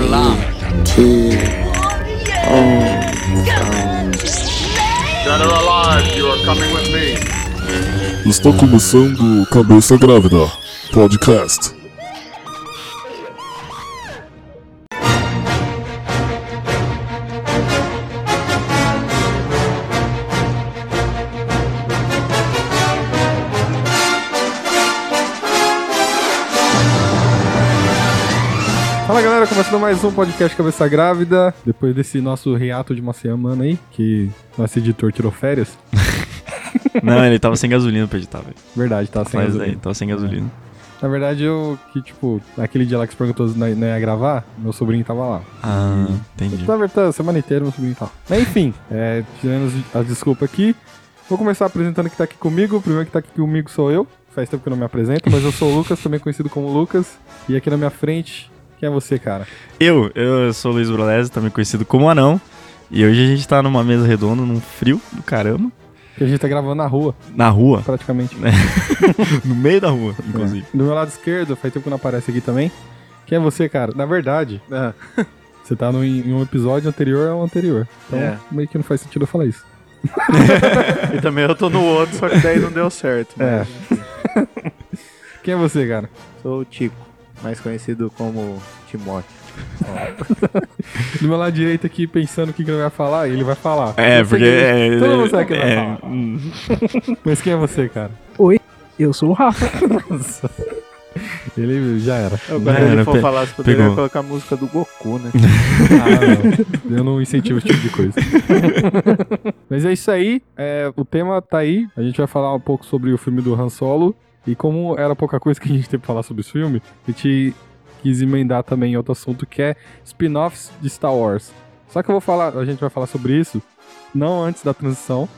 alarm. T O Dead or alive, you are coming with me. Está começando Cabeça Grávida Podcast. Fala galera, começando mais um podcast Cabeça Grávida. Depois desse nosso reato de uma semana aí, que nosso editor tirou férias. Não, ele tava sem gasolina pra editar, velho. Verdade, tá sem Faz gasolina. daí, tava sem gasolina. Na verdade, eu que, tipo, naquele dia lá que você perguntou se não não ia gravar, meu sobrinho tava lá. Ah, entendi. Na verdade, a semana inteira meu sobrinho tava. Mas enfim, é, tirando as- as desculpas aqui, vou começar apresentando que tá aqui comigo. O primeiro que tá aqui comigo sou eu. Faz tempo que eu não me apresento, mas eu sou o Lucas, também conhecido como Lucas. E aqui na minha frente, quem é você, cara? Eu, eu sou o Luiz Brolese, também conhecido como Anão. E hoje a gente tá numa mesa redonda, num frio do caramba. Que a gente tá gravando na rua, Na rua. praticamente. No meio da rua, inclusive. Do meu lado esquerdo, faz tempo que não aparece aqui também. Quem é você, cara? Na verdade, É. você tá no, em um episódio anterior ao anterior. Então, É. meio que não faz sentido eu falar isso. E também eu tô no outro, só que daí não deu certo. É. Quem é você, cara? Sou o Tico, mais conhecido como Timóteo. Do meu lado direito aqui, pensando o que, que ele vai falar, ele vai falar. É, Eu sei porque. que ele- É, Todo mundo sabe que ele vai é, falar. hum, Mas quem é você, cara? Eu sou o Rafa. Ele já era. Agora Não, ele não, né? for É, pe- falar, você poderia pegou. colocar a música do Goku, né? Ah, não. Eu não incentivo esse tipo de coisa. Mas é isso aí. é, o tema tá aí. A gente vai falar um pouco sobre o filme do Han Solo. E como era pouca coisa que a gente teve pra falar sobre esse filme, a gente quis emendar também em outro assunto que é spin-offs de Star Wars. Só que eu vou falar, a gente vai falar sobre isso não antes da transição,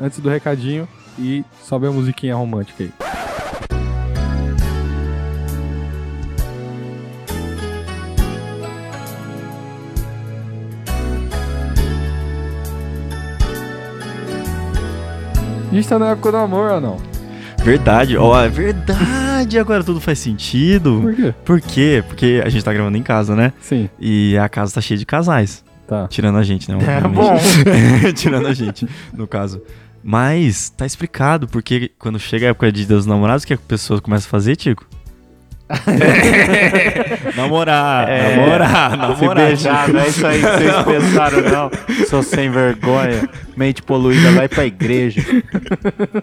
antes do recadinho e sobe a musiquinha romântica aí. A gente tá na época do amor ou não? Verdade, ó, é verdade. Agora tudo faz sentido. Por quê? Por quê? Porque a gente tá gravando em casa, né? Sim, E a casa tá cheia de casais. tá. Tirando a gente, né? É obviamente. bom. Tirando a gente, no caso. Mas tá explicado, porque quando chega a época de Dia dos namorados, o que a pessoa começa a fazer, Tico? namorar, É. namorar, Se namorar. beijar, Tico. não é isso aí que vocês pensaram, não. Sou sem vergonha, mente poluída, vai pra igreja.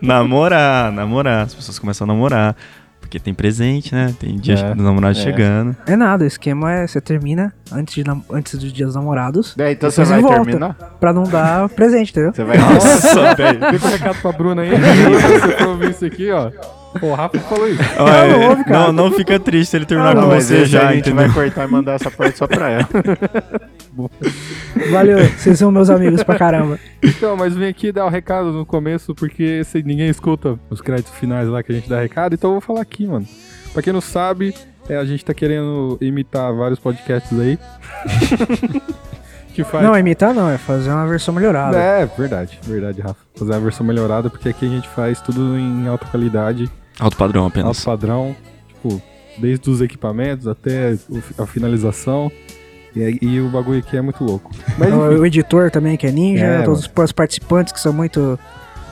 Namorar, namorar. As pessoas começam a namorar. Porque tem presente, né? Tem dia É, dos namorados é. chegando. É nada, o esquema é você termina antes, de nam- antes dos dias dos namorados Daí, então você Mas vai volta. terminar? pra não dar presente, entendeu? Você vai Nossa, velho. Fica o recado pra Bruna aí. Se você for ouvir isso aqui, ó. Pô, o Rafa falou isso. Olha, não ouve, cara. não, não fica triste se ele terminar Ah, Não, com mas você esse já, a gente entendeu? vai cortar e mandar essa parte só pra ela. Valeu, vocês são meus amigos pra caramba. Então, mas vim aqui dar o recado no começo, porque se ninguém escuta os créditos finais lá que a gente dá recado, então eu vou falar aqui, mano. Pra quem não sabe, é, a gente tá querendo imitar vários podcasts aí. que faz. Não, imitar não, é fazer uma versão melhorada. é, verdade, verdade, Rafa. Fazer a versão melhorada, porque aqui a gente faz tudo em alta qualidade, Alto padrão alto apenas. padrão, tipo, desde os equipamentos até o fi- a finalização. E, aí- e o bagulho aqui é muito louco. Mas enfim, Então, O, o editor também, que é ninja, É, todos os participantes que são muito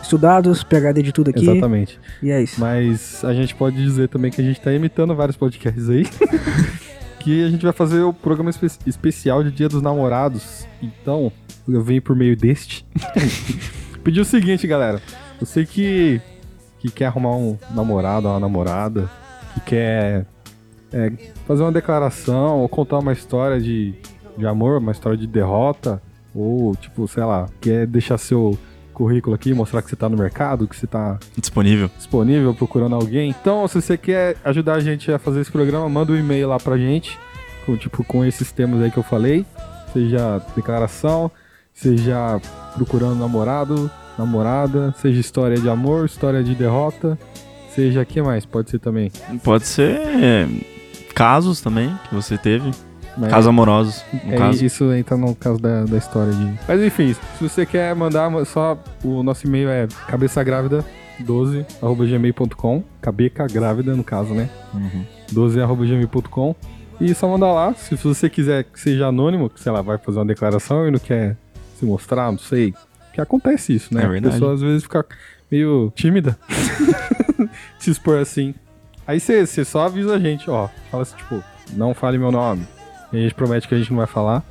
estudados, PHD de tudo aqui. exatamente. E é isso. Mas a gente pode dizer também que a gente tá imitando vários podcasts aí. que a gente vai fazer o programa espe- especial de Dia dos Namorados. Então, eu venho por meio deste. Pedir o seguinte, galera. Você que, que quer arrumar um namorado, uma namorada, que quer é, fazer uma declaração ou contar uma história de, de amor, uma história de derrota, ou tipo, sei lá, quer deixar seu currículo aqui, mostrar que você tá no mercado, que você tá Disponível. disponível, procurando alguém. Então, se você quer ajudar a gente a fazer esse programa, manda um e-mail lá pra gente, com, tipo, com esses temas aí que eu falei. Seja declaração, seja procurando namorado, namorada, seja história de amor, história de derrota, seja que mais, pode ser também. Pode ser é, casos também que você teve. Mas- Casos amorosos, no É, caso. Isso entra no caso da, da história de. Mas enfim, se você quer mandar, ma- só o nosso e-mail é cabeçagrávida12 Uhum. gmail.com. Cabeca grávida, no caso, né? 12 arroba gmail.com. E só mandar lá, se você quiser que seja anônimo, que sei lá, vai fazer uma declaração e não quer se mostrar, não sei. Que acontece isso, né? É verdade. A pessoa às vezes fica meio tímida se expor assim. Aí você você só avisa a gente, ó. Fala assim, tipo, não fale meu nome. E a gente promete que a gente não vai falar.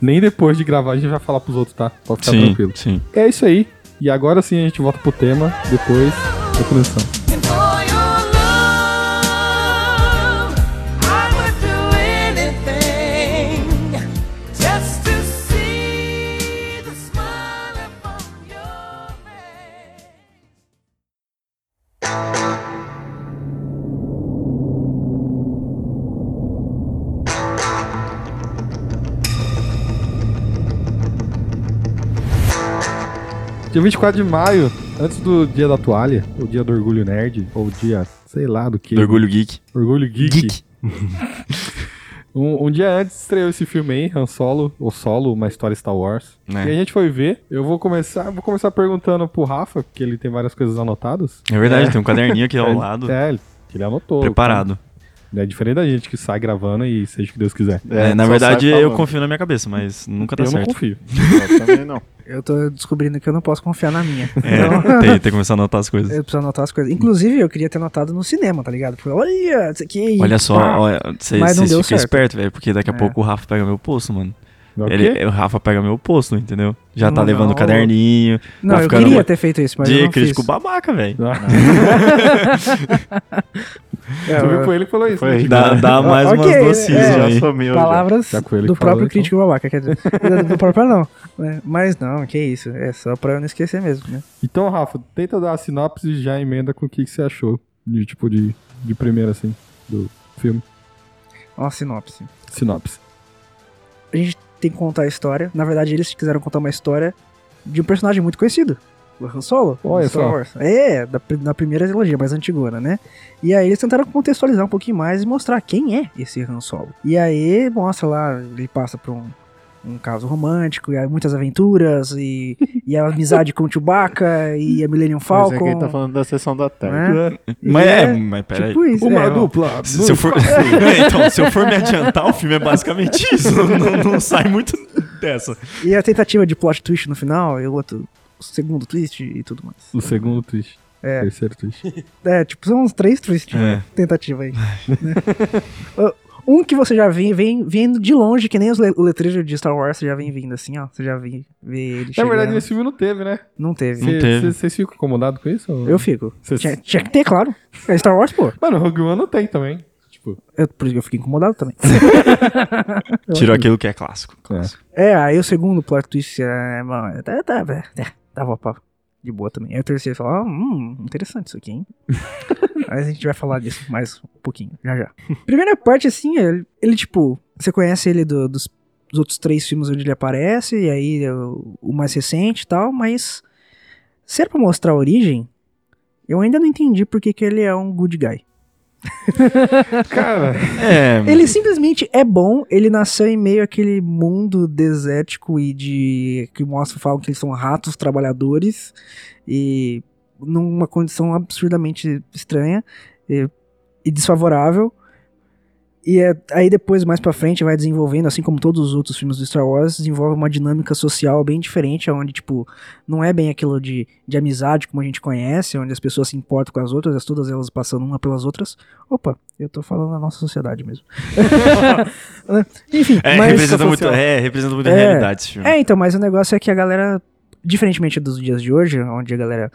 Nem depois de gravar a gente vai falar pros outros, tá? Pode ficar sim, tranquilo. sim. É isso aí. E agora sim a gente volta pro tema depois da conexão. And for your love, I would do anything just to see the smile upon your face. Dia 24 de maio, antes do dia da toalha, o dia do orgulho nerd, ou dia, sei lá do que. Do Orgulho Geek. Orgulho geek. Um, um dia antes estreou esse filme aí, Han Solo, ou Solo, uma história Star Wars. Né. E a gente foi ver. Eu vou começar, vou começar perguntando pro Rafa, porque ele tem várias coisas anotadas. É verdade, tem um caderninho aqui ao lado, É, ele- ele anotou. preparado. É diferente da gente que sai gravando e seja o que Deus quiser. É, na né? só verdade, sai eu falando. confio na minha cabeça, mas nunca tá eu não certo. confio. Eu também não. Eu tô descobrindo que eu não posso confiar na minha. Então, É, tem, tem que começar a anotar as coisas. eu preciso anotar as coisas. Inclusive, eu queria ter anotado no cinema, tá ligado? Porque, olha, isso aqui. Olha só, olha, vocês Mas não vocês deu ficam certo. espertos, velho, porque daqui a É. pouco o Rafa pega meu posto, mano. O quê? Ele, o Rafa pega meu posto, entendeu? Já tá Não, levando não. o caderninho. Não, tá eu ficando queria uma- ter feito isso, mas eu de não crítico fiz. babaca, velho. É, Você eu- viu? Foi ele que falou isso. Foi. né? Dá, dá mais Ok, umas docinhas é. aí. já sumiu. Palavras Já com ele do que falou, próprio então. crítico babaca, quer dizer, do próprio não. né? Mas não, que isso, é só pra eu não esquecer mesmo, né? Então, Rafa, tenta dar a sinopse e já emenda com o que, que você achou. De tipo, de, de primeira, assim, do filme. Uma sinopse. Sinopse. A gente tem que contar a história, na verdade eles quiseram contar uma história de um personagem muito conhecido, o Han Solo, do Olha Star só. Wars. É, da, pri- da primeira trilogia, mais antigona, né? E aí eles tentaram contextualizar um pouquinho mais e mostrar quem é esse Han Solo. E aí mostra lá, ele passa por um, um caso romântico, e aí muitas aventuras, e, e a amizade com o Chewbacca, e a Millennium Mas Falcon. é que ele tá falando da sessão da tarde. né? Mas é, É, mas peraí. Tipo isso, Uma é, ó. dupla. Se se eu for, É, então, se eu for me adiantar, o filme é basicamente isso. Não, não sai muito dessa. E a tentativa de plot twist no final, e o outro o segundo twist e tudo mais. O segundo twist. É. Terceiro twist. É, tipo, são uns três twists É. tentativas aí. né? Uh, Um que você já vem, vem vindo de longe, que nem os le- o letreiro de Star Wars, você já vem vindo assim, ó. Você já vem vê ele Na chegando. É verdade, nesse filme não teve, né? Não teve. Não teve. Vocês ficam incomodados com isso? Eu fico. Cês- Tinha, tinha que ter, claro. É Star Wars, pô. Mano, Rogue One não tem também. Tipo, Eu, por isso que eu fiquei incomodado também. Tirou aquilo que é clássico. clássico. É, aí o segundo plot twist é, mano, tá, tá, tá, tá, dava pra- de boa também. Aí o terceiro fala, ah, hum, interessante isso aqui, hein? aí a gente vai falar disso mais um pouquinho, já já. Primeira parte, assim, ele, ele, tipo, você conhece ele do- dos, dos outros três filmes onde ele aparece, e aí é o, o mais recente e tal, mas se era pra mostrar a origem, eu ainda não entendi por que que ele é um good guy. cara, É, Ele simplesmente é bom, ele nasceu em meio àquele mundo desértico e de. que mostra, falam que eles são ratos trabalhadores e numa condição absurdamente estranha e, e desfavorável. E é- aí depois, mais pra frente, vai desenvolvendo, assim como todos os outros filmes do Star Wars, desenvolve uma dinâmica social bem diferente, onde, tipo, não é bem aquilo de, de amizade como a gente conhece, onde as pessoas se importam com as outras, é todas elas passando uma pelas outras. Opa, eu tô falando da nossa sociedade mesmo. Enfim, é, mas... representa muito, social. é, representa muito a tá É. realidade esse filme. É, então, mas o negócio é que a galera, diferentemente dos dias de hoje, onde a galera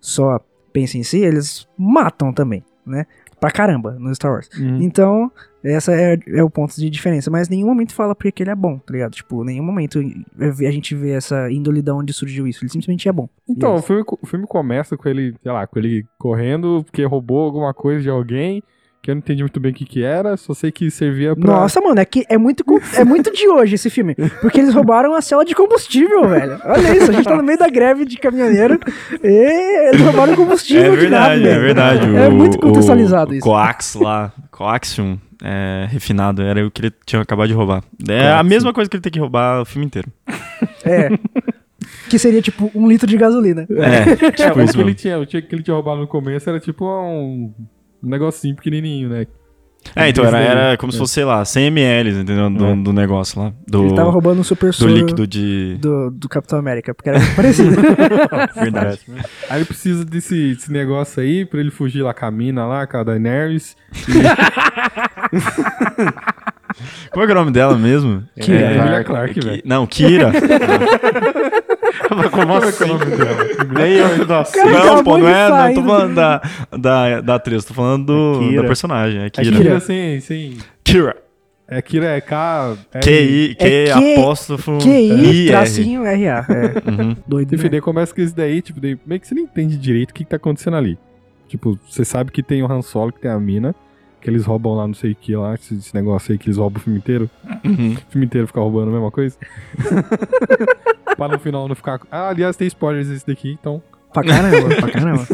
só pensa em si, eles matam também, né? Pra caramba, no Star Wars. Hum. Uhum. Então, essa é, é o ponto de diferença. Mas nenhum momento fala porque que ele é bom, tá ligado? Tipo, nenhum momento a gente vê essa índole de onde surgiu isso. Ele simplesmente é bom. Então, E o filme, co- o filme começa com ele, sei lá, com ele correndo porque roubou alguma coisa de alguém, que eu não entendi muito bem o que que era, só sei que servia pra... Nossa, mano, é, que é, muito, com- é muito de hoje esse filme. Porque eles roubaram a cela de combustível, velho. Olha isso, a gente tá no meio da greve de caminhoneiro e eles roubaram combustível É de nada, verdade, é velho. verdade. É O- muito contextualizado o isso. Coax lá, Coaxium é, refinado, era o que ele tinha acabado de roubar. É a Coaxium. mesma coisa que ele tem que roubar o filme inteiro. É. Que seria tipo um litro de gasolina. É, É, tipo o isso que ele mesmo. tinha, o que ele tinha roubado no começo era tipo um, um negocinho pequenininho, né? É, então era, era como É. se fosse, sei lá, 100 ml, entendeu? Do, É. do negócio lá. Ele Do, tava roubando um super do soro líquido de. do, do Capitão América, porque era muito parecido. Verdade. Aí ele precisa desse, desse negócio aí pra ele fugir lá com a mina lá, com a Daenerys. Como é que é o nome dela mesmo? Que é, a Emilia Clarke, Ki- velho. Não, Kira. É? é Como assim? Nem eu, nossa. Cara, não, acabou pô, não de é. Não sair tô do- falando da, da, da atriz, tô falando do, É Kira. da personagem. É É Kira. Kira, sim, sim. Kira. É Kira, é K... é- Q-I, É Q, Q- apóstrofo. QI, I-R. tracinho RA. É. É. Uhum. Doido. Enfim, Né? daí começa com isso daí, tipo, daí meio que você não entende direito o que, que tá acontecendo ali. Tipo, você sabe que tem o Han Solo, que tem a mina, que eles roubam lá não sei o que lá, esse, esse negócio aí que eles roubam o filme inteiro. Uhum. O filme inteiro ficar roubando a mesma coisa. pra no final não ficar... Ah, aliás, tem spoilers esse daqui, então... Pra caramba, pra caramba.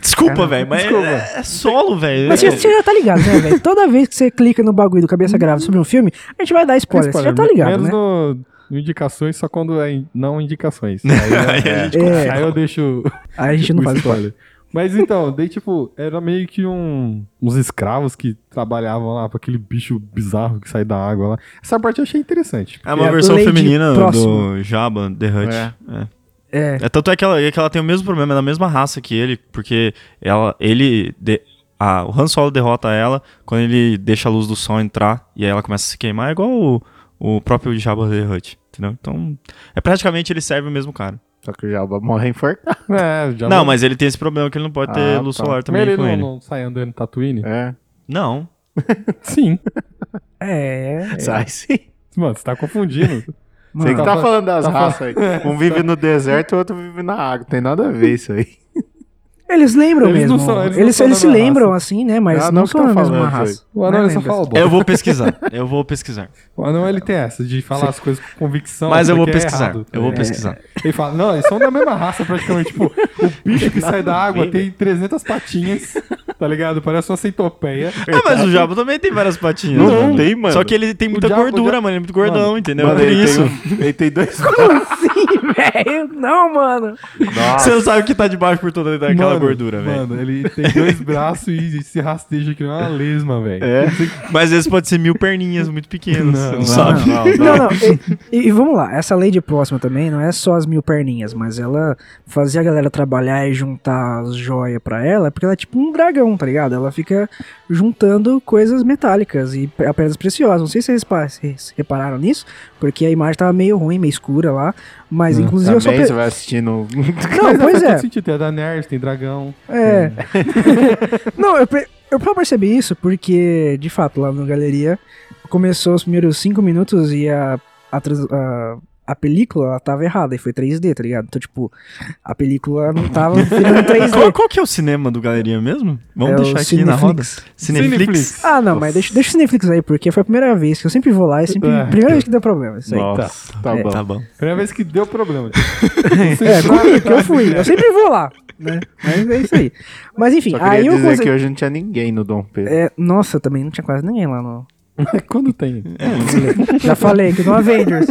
Desculpa, Caramba, velho, mas desculpa. É, é solo, velho. É, Mas você, você já tá ligado, né, velho? Toda vez que você clica no bagulho do Cabeça Grávida sobre um filme, a gente vai dar spoiler. Você já tá ligado, Menos né? no, no indicações, só quando é in- não indicações. Aí, Aí a gente É. aí eu deixo Aí a gente não o faz spoiler. spoiler. Mas então, daí tipo, era meio que um, uns escravos que trabalhavam lá pra aquele bicho bizarro que sai da água lá. Essa parte eu achei interessante. É uma É, do versão Lady feminina Próximo. do Jabba The Hutt. É. É. É, tanto é que ela, é que ela tem o mesmo problema, é da mesma raça que ele, porque ela, ele. de- a- o Han Solo derrota ela quando ele deixa a luz do sol entrar e aí ela começa a se queimar, é igual o, o próprio Jabba The Hutt, entendeu? Então, é praticamente ele serve o mesmo cara. Só que o Jabba morre enforcado. É, já não, mas ele tem esse problema que ele não pode ter Ah, luz tá. solar Mas também ele com não, ele. não sai andando em Tatooine? É. Não. Sim. É. Sai sim. Mano, você tá confundindo. Você que Mano, tá tá falando das tá raças aí. Um vive no deserto, o outro vive na água. Tem nada a ver isso aí. Eles lembram Eles não mesmo. são- eles eles não são eles da se minha lembram assim, né? Mas Ah, não, não que são tá da mesma falando, raça. O anão Mas ele só lembra. fala bosta. Eu vou pesquisar. eu vou pesquisar. O anão ele tem essa de falar as coisas com convicção. Mas eu isso vou aqui é pesquisar. errado. eu vou É. pesquisar. Ele fala, não, eles são da mesma raça praticamente. tipo, o bicho que sai da água tem 300 patinhas, tá ligado? Parece uma centopeia. Ah, mas o Jabo também tem várias patinhas. Não mano. tem, mano. Só que ele tem muita Jabo- gordura, o Ja- mano. Ele é muito gordão, entendeu? Mano, Por ele, isso. Tem um- ele tem dois. Sim, velho. Não, mano. Você Nossa. não sabe o que tá debaixo por toda daquela Mano, gordura, velho. Mano, ele tem dois braços e se rasteja que nem uma lesma, velho. É. Mas esse pode ser mil perninhas muito pequenas. Não, você não, não, sabe. Não, não. E, e vamos lá. Essa lei de próxima também não é só as mil perninhas, mas ela fazia a galera trabalhar e juntar as joias pra ela, porque ela é tipo um dragão, tá ligado? Ela fica juntando coisas metálicas e pe- pedras preciosas. Não sei se vocês pa- vocês repararam nisso, porque a imagem tava meio ruim, meio escura lá. Mas, inclusive, eu só. Também pe- você vai assistindo. Não, um- pois Faz é. todo sentido. Tem a Daenerys, tem dragão. É. não, eu, pre- eu só percebi isso porque, de fato, lá na galeria começou os primeiros cinco minutos e a, a, trans- a, a película ela tava errada e foi 3D, tá ligado? Então, tipo, a película não tava virando 3D. Qual, qual que é o cinema do Galeria mesmo? Vamos É o deixar aqui na roda. Cineflix. Cineflix. Ah, não, mas deixa, deixa o Cineflix aí, porque foi a primeira vez que eu sempre vou lá e sempre. É. Primeira vez que deu problema, isso aí. Nossa, tá É. bom. Tá bom. Primeira vez que deu problema. É, comigo, que eu fui. Eu sempre vou lá, né? Mas é isso aí. Mas enfim, Só aí queria eu dizer consegui. que hoje não tinha ninguém no Dom Pedro. É, nossa, também não tinha quase ninguém lá no, Quando tem. Já falei que no Avengers.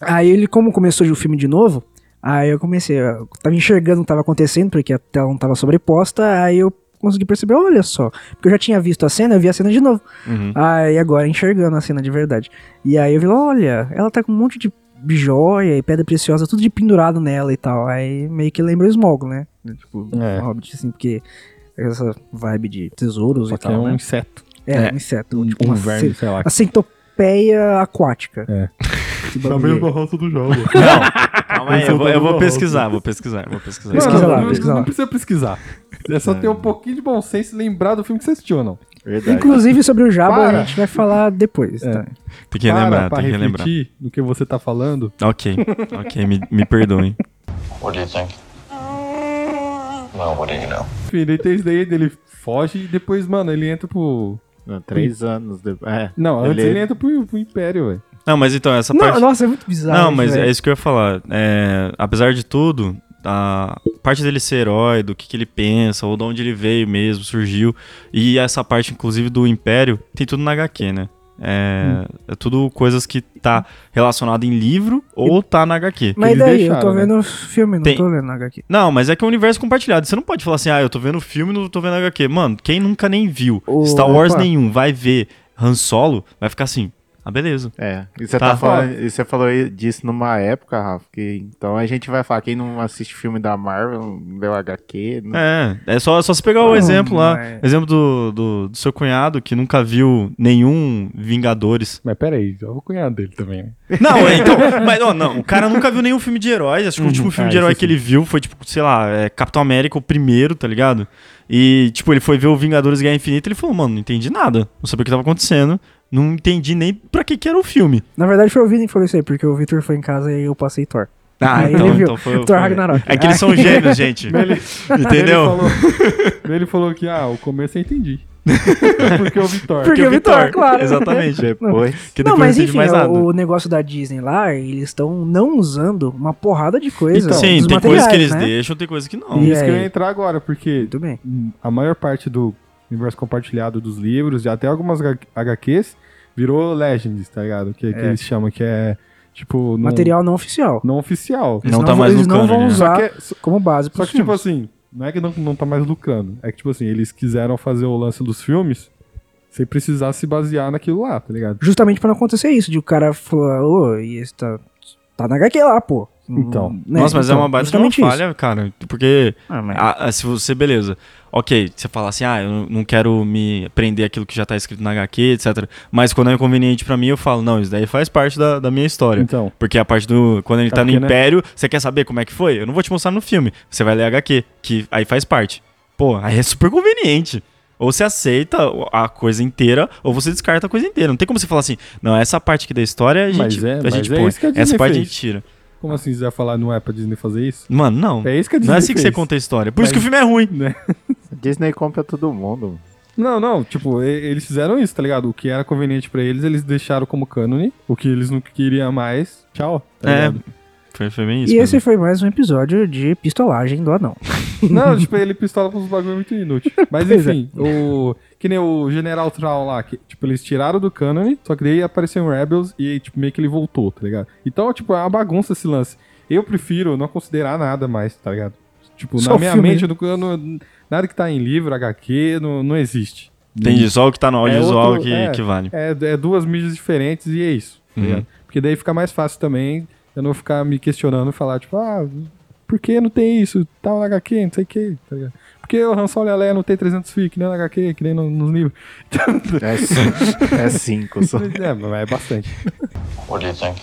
aí ele, como começou o filme de novo, aí eu comecei, eu tava enxergando o que tava acontecendo, porque a tela não tava sobreposta, aí eu consegui perceber, olha só, porque eu já tinha visto a cena, eu vi a cena de novo. Uhum. Aí agora enxergando a cena de verdade. E aí eu vi, olha, ela tá com um monte de joia e pedra preciosa, tudo de pendurado nela e tal. Aí meio que lembra o Smog, né? Tipo, É. Hobbit, assim, porque essa vibe de tesouros Só e que é tal, um né? inseto. É, um inseto, tipo um uma verme, sei lá. a centopeia aquática. É. Esse bagulho aí. raça do jogo. Calma aí, eu vou, eu vou pesquisar, vou pesquisar, vou pesquisar. Pesquisa não, lá, não, pesquisa não lá. precisa pesquisar. É só ter um pouquinho de bom senso e lembrar do filme que você assistiu, não. É. Verdade. Inclusive sobre o Jabba Para. a gente vai falar depois. É. tá? Tem que Para lembrar, pra tem que lembrar. refletir no que você tá falando. Ok, ok, me, me perdoem. What do you think? Well, what do you know? Enfim, daí tem isso daí, daí ele foge e depois, mano, ele entra pro... Não, três anos depois. É. Não, antes Ele- ele entra pro, pro Império, velho. Não, mas então, essa Não, parte. Nossa, é muito bizarro. Não, isso, mas velho. é isso que eu ia falar. É, apesar de tudo, a parte dele ser herói, do que, que ele pensa, ou de onde ele veio mesmo, surgiu. E essa parte, inclusive, do Império, tem tudo na HQ, né? É, Hum. é tudo coisas que tá relacionado em livro ou tá na HQ. Mas Eles daí, eu deixaram, tô né? vendo o filme, não Tem- tô vendo HQ. Não, mas é que é um universo compartilhado. Você não pode falar assim, ah, eu tô vendo filme e não tô vendo HQ. Mano, quem nunca nem viu Ô, Star Wars opa. nenhum vai ver Han Solo, vai ficar assim, ah, beleza. É, e você, Tá. tá falando, e você falou aí disso numa época, Rafa, que então a gente vai falar, quem não assiste filme da Marvel, não deu HQ, não- É, é só, é só você pegar o Não, exemplo lá, mas- exemplo do, do, do seu cunhado que nunca viu nenhum Vingadores. Mas peraí, é o cunhado dele também, né? Não, é, então, mas ó, não, o cara nunca viu nenhum filme de heróis. Hum, Acho que o último filme é Ah, de herói isso que ele viu foi, tipo, sei lá, é, Capitão América, o primeiro, tá ligado? E, tipo, ele foi ver o Vingadores Guerra Infinita e ele falou, mano, não entendi nada, não sabia o que tava acontecendo, não entendi nem pra que que era o filme. Na verdade foi o Vini que falou isso aí, porque o Victor foi em casa e eu passei Thor. Ah, Aí então, ele viu. então foi, Thor foi- Ragnarok. É que eles são gêmeos, gente. Entendeu? Ah, Ele falou, ele falou que, ah, o começo eu entendi. É Porque eu vi Thor. Porque Que o Victor, claro. Exatamente. depois. Que não, depois mas não entendi enfim, é mais o- nada. o negócio da Disney lá, eles estão não usando uma porrada de coisa. Sim, dos Então, tem coisas que materiais, eles né? deixam, tem coisas que não. E Isso que eu aí? ia entrar agora, porque Muito bem. hum, a maior parte do universo compartilhado dos livros e até algumas H- HQs virou Legends, tá ligado? Que, que eles chamam que é, tipo... não- Material não oficial. Não oficial. Não tá vão- mais Eles não lucrando, vão né? Só usar que, é- só- como base só pros que tipo filmes. assim, não é que não, não tá mais lucrando. É que, tipo assim, eles quiseram fazer o lance dos filmes sem precisar se basear naquilo lá, tá ligado? Justamente pra não acontecer isso, de o cara falar, ô, e esse tá, tá na HQ lá, pô. Então. Hum, né? Nossa, mas é Então, uma baita de uma justamente isso. falha, cara. Porque Ah, mas- ah, ah, se você, beleza. Ok, você fala assim, ah, eu não quero me prender aquilo que já tá escrito na HQ, etc. Mas quando é conveniente pra mim, eu falo, não, isso daí faz parte da, da minha história. Então, Porque a parte do. Quando ele tá no porque, né? Império, você quer saber como é que foi? Eu não vou te mostrar no filme. Você vai ler a HQ, que aí faz parte. Pô, aí é super conveniente. Ou você aceita a coisa inteira, ou você descarta a coisa inteira. Não tem como você falar assim, não, essa parte aqui da história a Mas gente, é- a mas gente é põe. isso que a essa Disney parte a fez. gente tira. como assim você vai falar não é pra Disney fazer isso? Mano, não. É isso que a Disney não é assim que você fez. conta a história. Por isso Mas- que o filme é ruim. Disney compra todo mundo. Não, não, tipo, e- eles fizeram isso, tá ligado? O que era conveniente pra eles, eles deixaram como cânone. O que eles não queriam mais, tchau. tá É. ligado? Foi, foi bem isso. E mesmo. né? esse foi mais um episódio de pistolagem do anão. Não, tipo, ele pistola com uns bagulho muito inútil. Mas Pois é. enfim, o. Que nem o General Troll lá, que, tipo, eles tiraram do cânone, só que daí apareceu um Rebels e aí, tipo, meio que ele voltou, tá ligado? Então, tipo, é uma bagunça esse lance. Eu prefiro não considerar nada mais, tá ligado? Tipo, Só na o minha filme. mente, eu não- eu não- nada que tá em livro, HQ, não, não existe. Entendi, só o que tá no audiovisual outro- que, é. que vale. É, é duas mídias diferentes e é isso. tá Uhum. ligado? Porque daí fica mais fácil também eu não ficar me questionando e falar, tipo, ah, por que não tem isso? Tal na HQ, não sei o que, tá ligado? Porque o Han Solo e a Leia não tem 300 fios, que nem na HQ, que nem no- nos livros. É, cin- é cinco só. É, mas é bastante. What do you think?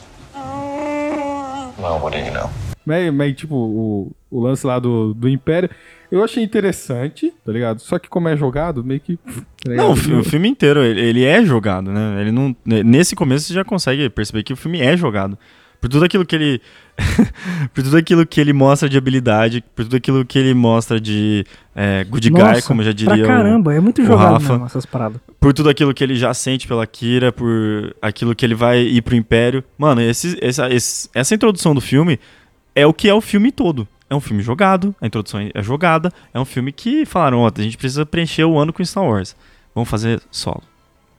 No, what do you know? Mas, mas tipo, o, o lance lá do, do Império, eu achei interessante, tá ligado? Só que como é jogado, meio que... tá ligado? Não, o fi- o filme inteiro, ele, ele é jogado, né? Ele não, ne- nesse começo você já consegue perceber que o filme é jogado. Por tudo aquilo que ele. por tudo aquilo que ele mostra de habilidade, por tudo aquilo que ele mostra de é, good guy, Nossa, como já diria. Pra o- caramba, é muito o jogado Rafa. mesmo essas paradas. por tudo aquilo que ele já sente pela Kira, por aquilo que ele vai ir pro Império. Mano, esse- essa, esse- essa introdução do filme é o que é o filme todo. É um filme jogado, a introdução é jogada. É um filme que falaram: ó, a gente precisa preencher o ano com Star Wars. Vamos fazer solo.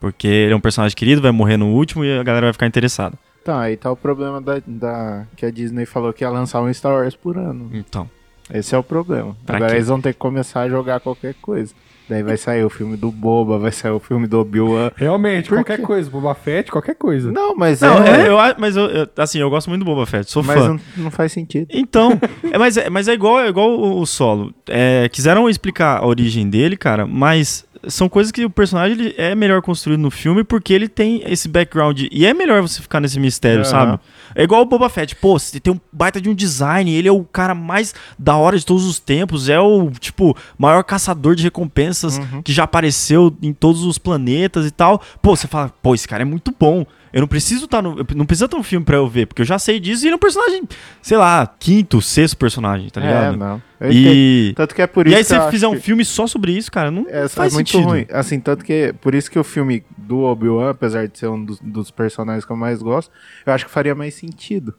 Porque ele é um personagem querido, vai morrer no último e a galera vai ficar interessada. Tá, aí tá o problema da, da- que a Disney falou que ia lançar um Star Wars por ano. Então. Esse é o problema. Pra Agora quê? eles vão ter que começar a jogar qualquer coisa. Daí vai sair o filme do Boba, vai sair o filme do Obi-Wan. Realmente, Por qualquer quê? coisa, Boba Fett, qualquer coisa. Não, mas Não, é, eu, eu- mas eu, eu- assim, eu gosto muito do Boba Fett, sou mas fã. não, não faz sentido. Então, é, mas, é, mas é igual, é igual o, o solo. É, quiseram explicar a origem dele, cara, mas são coisas que o personagem ele é melhor construído no filme porque ele tem esse background. E é melhor você ficar nesse mistério, Aham. sabe? É igual o Boba Fett. Pô, você tem um baita de um design, ele é o cara mais da hora de todos os tempos, é o, tipo, maior caçador de recompensas Uhum. que já apareceu em todos os planetas e tal. Pô, você fala, pô, esse cara é muito bom. Eu não preciso estar no. eu Não precisa estar no filme pra eu ver, porque eu já sei disso e ele é um personagem, sei lá, quinto, sexto personagem, tá é, ligado? não. Eu entendo. e. Tanto que é por E isso aí, que eu você acho fizer um que- filme só sobre isso, cara, não É, faz é muito sentido. ruim. Assim, tanto que. Por isso que o filme do Obi-Wan, apesar de ser um dos, dos personagens que eu mais gosto, eu acho que faria mais sentido.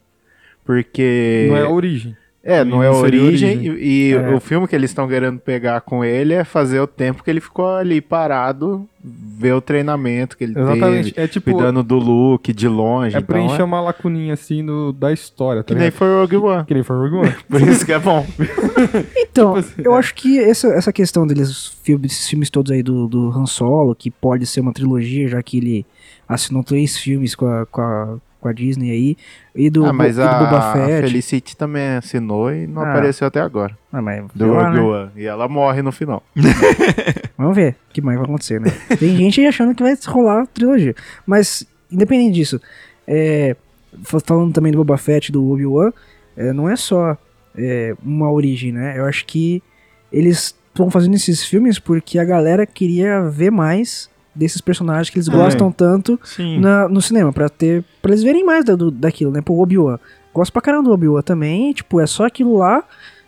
Porque. Não é a origem. É, não E é a não seria origem, origem. e, e É. o filme que eles estão querendo pegar com ele é fazer o tempo que ele ficou ali parado, ver o treinamento que ele Exatamente. teve, É tipo. cuidando do look de longe. É então, preencher é- uma lacuninha assim no, da história, tá Que nem ligado? foi o Rogue One. Que nem foi o Rogue One. Por isso que é bom. Tipo Então, assim, eu é. né? acho que essa, essa questão deles, os filmes, esses filmes todos aí do, do Han Solo, que pode ser uma trilogia, já que ele assinou três filmes com a, com a, com a Disney aí, e do, ah, Bo- mas e do a, Boba a Fett. Felicity também assinou e não Ah. apareceu até agora. Ah, mas Do sei lá, Rogue né? One. E ela morre no final. Vamos ver o que mais vai acontecer, né? Tem gente aí achando que vai rolar a trilogia. Mas, independente disso, é, fa- falando também do Boba Fett, do Obi-Wan, é, não é só é, uma origem, né? Eu acho que eles estão fazendo esses filmes porque a galera queria ver mais desses personagens que eles É. gostam tanto Sim. na- no cinema, pra, ter, pra eles verem mais da- do- daquilo, né? Pô, o Obi-Wan. Gosto pra caramba do Obi-Wan também, tipo, é só aquilo lá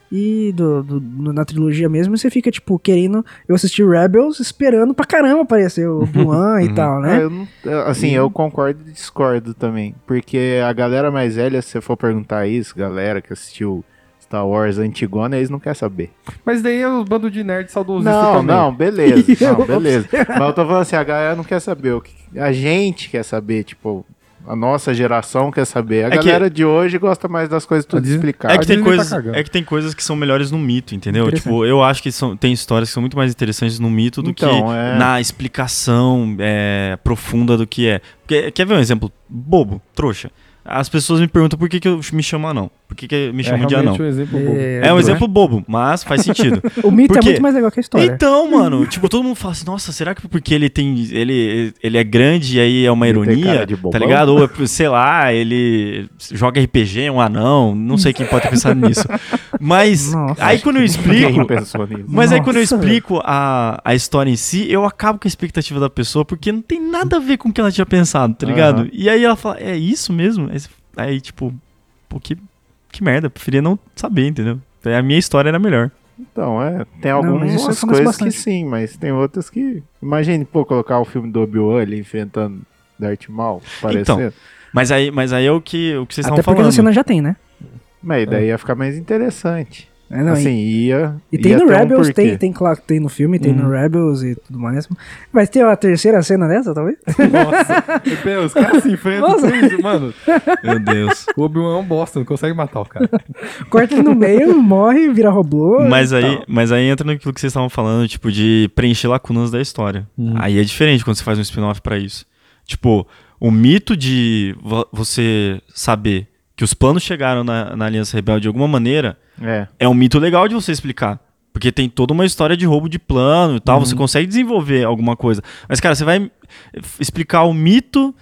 e do, do- no- na trilogia mesmo, e você fica, tipo, querendo. Eu assisti Rebels esperando pra caramba aparecer o Obi-Wan Uhum. e tal, Ah, É, né? eu não- eu- assim, eu concordo e discordo também. Porque a galera mais velha, se você for perguntar isso, galera que assistiu Star Wars Antigona, eles não querem saber. Mas daí é o bando de nerd saudosista Não, também. É não, beleza. Não, beleza. Mas eu tô falando assim, a galera não quer saber. O que, a gente quer saber, tipo, a nossa geração quer saber. A É que- galera de hoje gosta mais das coisas tudo Dis- explicadas. É que, Disney tem tá coisas, cagando. é que tem coisas que são melhores no mito, entendeu? Interessante. Tipo, eu acho que são, tem histórias que são muito mais interessantes no mito do Então, que é. na explicação é, profunda do que é. Porque- quer ver um exemplo? Bobo, trouxa. As pessoas me perguntam por que, que eu me chamo anão. Por que, que me É chamam de anão? realmente um exemplo bobo. É um né? exemplo bobo, mas faz sentido. O mito Por é quê? muito mais legal que a história. Então, mano, tipo, todo mundo fala assim, nossa, será que porque ele tem. ele, ele é grande e aí é uma Ele tem ironia? cara de bobão? tá ligado? Ou é, sei lá, ele joga RPG, é um anão. Não sei quem pode ter pensado nisso. Mas Nossa, aí quando eu Ninguém explico. pensou nisso. Mas aí quando eu Nossa, explico a, a história em si, eu acabo com a expectativa da pessoa, porque não tem nada a ver com o que ela tinha pensado, tá ligado? Aham. E aí ela fala, é isso mesmo? Aí, você- aí, tipo, pô, que, que merda, eu preferia não saber, entendeu? A minha história era melhor. Então, é. Tem Não, mas isso algumas acontece coisas bastante. que sim, mas tem outras que. Imagine, pô, colocar o filme do Obi-Wan ele enfrentando Darth Maul, Então. parecendo. Mas aí, mas aí é o que, o que vocês Até estavam porque na falando. cena já tem, né? Mas daí ia ficar mais interessante. É, não, e- assim, ia. E tem ia no ter um Rebels, porquê. tem, tem, claro, que tem no filme, tem Uhum. no Rebels e tudo mais. Vai ter a terceira cena dessa, talvez? Nossa, meu Deus, os caras se enfrentam. Nossa. três- Mano, Meu Deus. o Obi-Wan é um bosta, não consegue matar o cara. Corta ele no meio, morre, vira robô. tá Mas e aí, tal. mas aí entra naquilo que vocês estavam falando, tipo, de preencher lacunas da história. Aí é diferente quando você faz um spin-off pra isso. Tipo, o mito de vo- você saber que os planos chegaram na, na Aliança Rebelde de alguma maneira É. é um mito legal de você explicar. Porque tem toda uma história de roubo de plano e tal, Uhum. você consegue desenvolver alguma coisa. Mas, cara, você vai f- explicar o mito.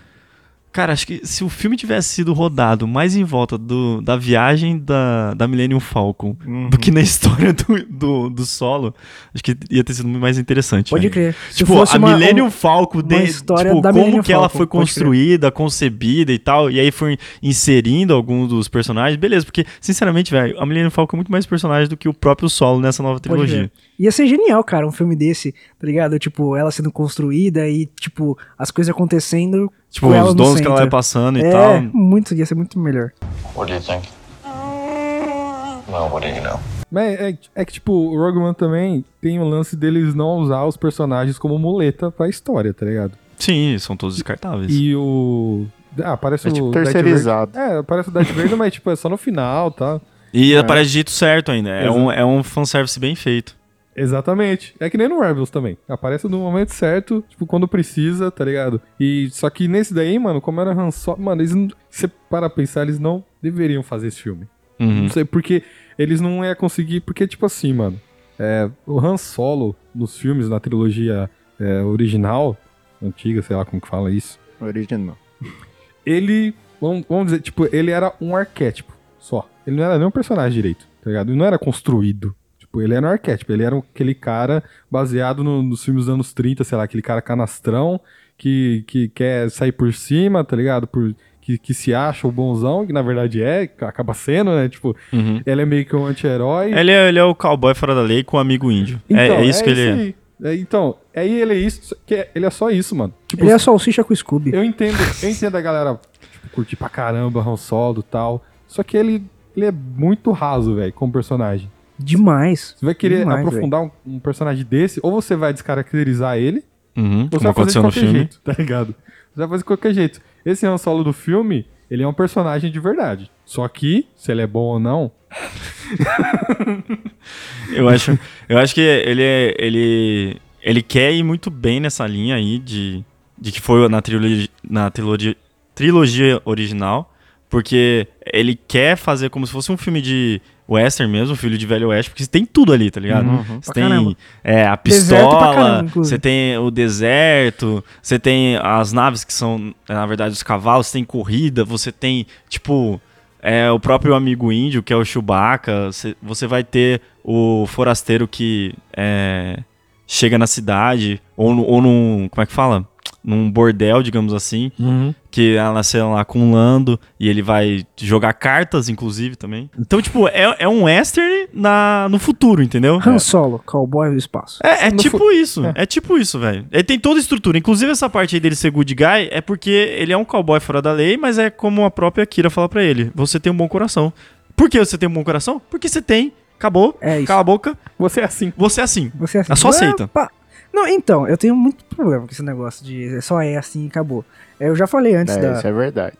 Cara, acho que se o filme tivesse sido rodado mais em volta do, da viagem da, da Millennium Falcon Uhum. do que na história do, do, do solo, acho que ia ter sido muito mais interessante. Pode ainda. crer. Se Tipo, fosse a uma- um- Millennium Falcon, de, uma história tipo, da como Millennium que ela Falcon, foi pode crer. construída, concebida e tal, e aí foi inserindo algum dos personagens, beleza, porque, sinceramente, velho, a Millennium Falcon é muito mais personagem do que o próprio Solo nessa nova Pode trilogia. ver. Ia ser genial, cara, um filme desse, tá ligado? Tipo, ela sendo construída e, tipo, as coisas acontecendo. Tipo, com ela os no dons que centro. ela vai passando e é, tal. muito, ia ser muito melhor. What do you think? No, what do you know? Mas é, é que, tipo, o Rogue One também tem o lance deles não usar os personagens como muleta pra história, tá ligado? Sim, são todos descartáveis. E o. Ah, aparece É o. tipo Darth terceirizado. Vader- É, aparece o Darth Vader, mas, tipo, é só no final, tá? E aparece de jeito certo ainda. É Exato. um, é um fanservice bem feito. Exatamente. É que nem no Rebels também. Aparece no momento certo, tipo, quando precisa, tá ligado? E só que nesse daí, mano, como era Han Solo, mano, eles não, se você para pensar, eles não deveriam fazer esse filme. Uhum. Não sei porque eles não iam conseguir, porque tipo assim, mano, é, o Han Solo nos filmes, na trilogia é, original, antiga, sei lá como que fala isso, Original. ele, vamos, vamos dizer, tipo, ele era um arquétipo só. Ele não era nem um personagem direito, tá ligado? Ele não era construído. Tipo, ele era um arquétipo, ele era um- aquele cara baseado no- nos filmes dos anos 30, sei lá, aquele cara canastrão que, que quer sair por cima, tá ligado? Por, que, que se acha o bonzão, que na verdade é, acaba sendo, né? Tipo, Uhum. ele é meio que um anti-herói. Ele, é, ele é o cowboy fora da lei com o amigo índio. É- é, isso que ele é. aí. Então, é. Então, aí ele é isso, que é- ele é só isso, mano. Tipo, Ele é a salsicha com o Scooby. eu entendo, eu entendo a galera tipo, curtir pra caramba Han Solo e tal, só que ele ele é muito raso, velho, como personagem. Demais. Você vai querer Demais, aprofundar um, um personagem desse, ou você vai descaracterizar ele, Uhum, ou você como vai fazer de aconteceu no qualquer filme. jeito, tá ligado? Você vai fazer de qualquer jeito. Esse Han Solo do filme, ele é um personagem de verdade. Só que, se ele é bom ou não, Eu acho, eu acho que ele, é- ele, ele quer ir muito bem nessa linha aí de, de que foi na, trilogi, na trilogi, trilogia original, porque ele quer fazer como se fosse um filme de western mesmo, um filho de velho oeste, porque tem tudo ali, tá ligado? você Uhum. pra tem caramba. é, a Deserto pra pistola, caramba, inclusive. você tem o deserto, você tem as naves que são, na verdade, os cavalos, você tem corrida, você tem, tipo, é, o próprio amigo índio, que é o Chewbacca, você, você vai ter o forasteiro que é, chega na cidade, ou, no- ou num, como é que fala? Num bordel, digamos assim, que ela nasceu lá com o Lando, e ele vai jogar cartas, inclusive, também. Então, tipo, é, é um western na, no futuro, entendeu? Han Solo, cowboy do espaço. É, é No tipo isso, é. tipo isso, velho. Ele tem toda a estrutura. Inclusive, essa parte aí dele ser good guy é porque ele é um cowboy fora da lei, mas é como a própria Kira fala pra ele: você tem um bom coração. Por que você tem um bom coração? Porque você tem. Acabou. É isso. Cala a boca. você é assim. Você é assim. Você assim, Ah, só aceita. "Opa." Não, então, eu tenho muito problema com esse negócio de é só é assim e acabou. Eu já falei antes É, da, isso é verdade.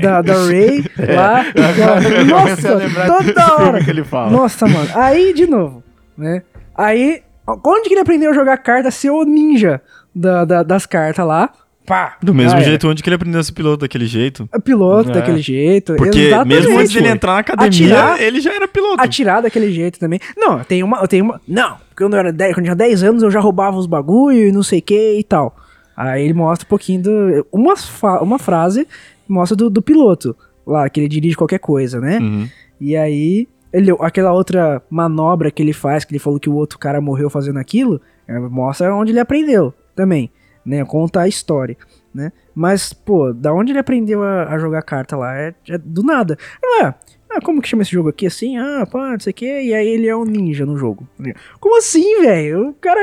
da, da, da Ray lá. Eu comecei a Nossa, lembrar desse toda hora. filme que ele fala. Nossa, mano. Aí, de novo, né? Aí, onde que ele aprendeu a jogar carta ser o ninja da, da- das cartas lá? Pá! Do mesmo já era. jeito, onde que ele aprendeu a ser piloto daquele jeito. Piloto É. daquele jeito. Porque exatamente. mesmo antes dele entrar na academia, Atirar- ele já era piloto. Atirar daquele jeito também. Não, eu tenho uma. Eu tenho uma. Não, porque quando eu era 10, quando eu tinha 10 anos, eu já roubava os bagulho e não sei o que e tal. Aí ele mostra um pouquinho do. Uma, fa- uma frase mostra do, do piloto lá, que ele dirige qualquer coisa, né? Uhum. E aí, ele, aquela outra manobra que ele faz, que ele falou que o outro cara morreu fazendo aquilo, é, mostra onde ele aprendeu também, né? Conta a história, né? Mas, pô, da onde ele aprendeu a, a jogar carta lá? É, é do nada. Ah, ah, como que chama esse jogo aqui? Assim, ah, pá, não sei o quê. E aí ele é um ninja no jogo. Como assim, velho? O cara...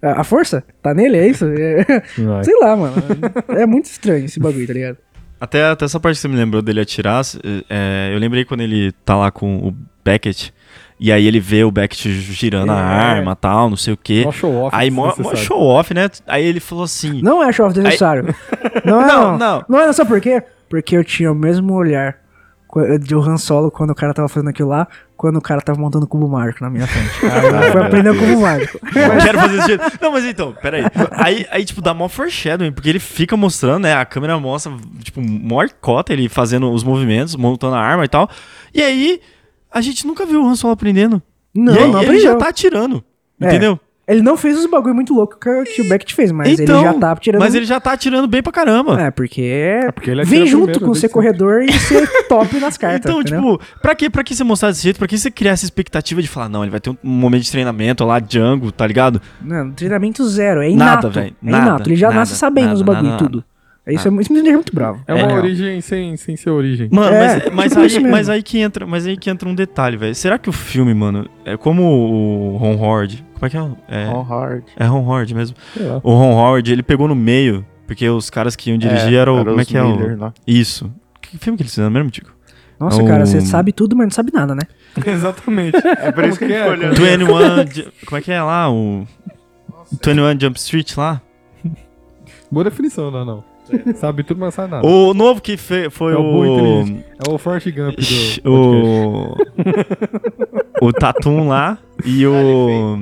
é, A a força? Tá nele, é isso? É- Sei lá, mano. É muito estranho esse bagulho, tá ligado? Até, até essa parte que você me lembrou dele atirar, se- é, eu lembrei quando ele tá lá com o Beckett, e aí ele vê o Beckett girando a É. arma tal, não sei o quê. Mó show off. é Aí mó, mó desnecessário. show off, né? Aí ele falou assim. Não é show off necessário. Não, Não, é, não, não. não. Não é, sabe por quê? Porque eu tinha o mesmo olhar co- de Han Solo quando o cara tava fazendo aquilo lá, quando o cara tava montando o cubo mágico na minha frente. Aí É. foi aprender o cubo mágico. "Eu quero fazer esse jeito. Não, mas então, peraí. Aí, aí, tipo, dá mó foreshadowing, porque ele fica mostrando, né? A câmera mostra, tipo, mó cota ele fazendo os movimentos, montando a arma e tal. E aí, a gente nunca viu o Han Solo aprendendo. Não, e aí, não ele aprendeu. já tá atirando. É. Entendeu? Ele não fez os bagulho muito louco que, o- que o Beckett fez, mas então, ele já tá tirando. Mas ele já tá atirando bem pra caramba. É, porque. porque é ele atira Vem junto primeiro, com desde ser corredor e ser top nas cartas. Então, entendeu? tipo, pra que, pra que você mostrar desse jeito? Pra que você criar essa expectativa de falar, não, ele vai ter um momento de treinamento lá, Django, tá ligado? Não, treinamento zero. É Nada, inato. velho, é nada, inato. ele já nada, nasce sabendo nada, os bagulho nada, tudo. É Isso, é, mu- isso me deixa muito bravo. É uma É. origem sem, sem ser origem. Mano, É, mas- mas, tipo isso aí, mesmo. mas aí que entra, mas aí que entra um detalhe, velho. Será que o filme, mano, é como o Ron Howard, como é que é? É, On hard. é Ron Howard mesmo. Sei lá. O Ron Howard, ele pegou no meio, porque os caras que iam dirigir eram, era como é os que é o... Miller lá. Isso. Que filme que eles fizeram mesmo, Tico? Nossa, é um- cara, você sabe tudo, mas não sabe nada, né? Exatamente. É por isso que Como ele que ficou é? olhando. 21, Ju- como é que é lá, o... 21 Jump Street lá? Boa definição, não, não. Sabe tudo, mas não sabe nada. O novo que fe- foi É o Boa o... Inteligência. É o Forrest Gump do podcast. o o Tatum lá e o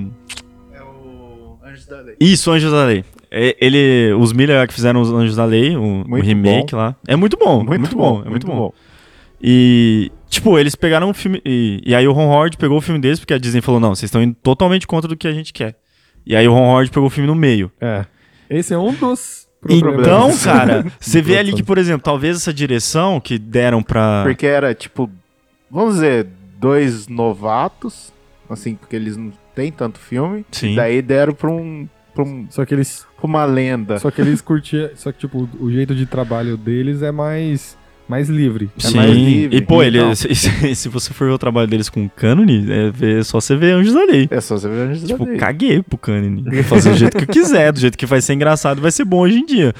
É o Anjos da Lei. isso Anjos da Lei É, ele os Miller que fizeram os Anjos da Lei o, o Muito remake lá é muito bom muito, bom, é muito, bom. e tipo eles pegaram um filme e, e aí o Ron Howard pegou o filme deles porque a Disney falou não vocês estão indo totalmente contra do que a gente quer e aí o Ron Howard pegou o filme no meio É. Esse é um dos problemas. então cara você vê ali que por exemplo talvez essa direção que deram pra... Porque era, tipo, vamos dizer, dois novatos, assim, porque eles não têm tanto filme. Sim. Daí deram pra, um, pra, um- Só que eles pra uma lenda. Só que eles curtiam. Só que, tipo, o jeito de trabalho deles é mais, mais livre. É mais livre, e pô, ele, então. se, se- se você for ver o trabalho deles com o Cânone, é ver- só você ver Anjos da Lei. É só você ver Anjos Tipo, da Lei. caguei pro Cânone. Vou fazer do jeito que eu quiser, do jeito que vai ser engraçado, vai ser bom hoje em dia.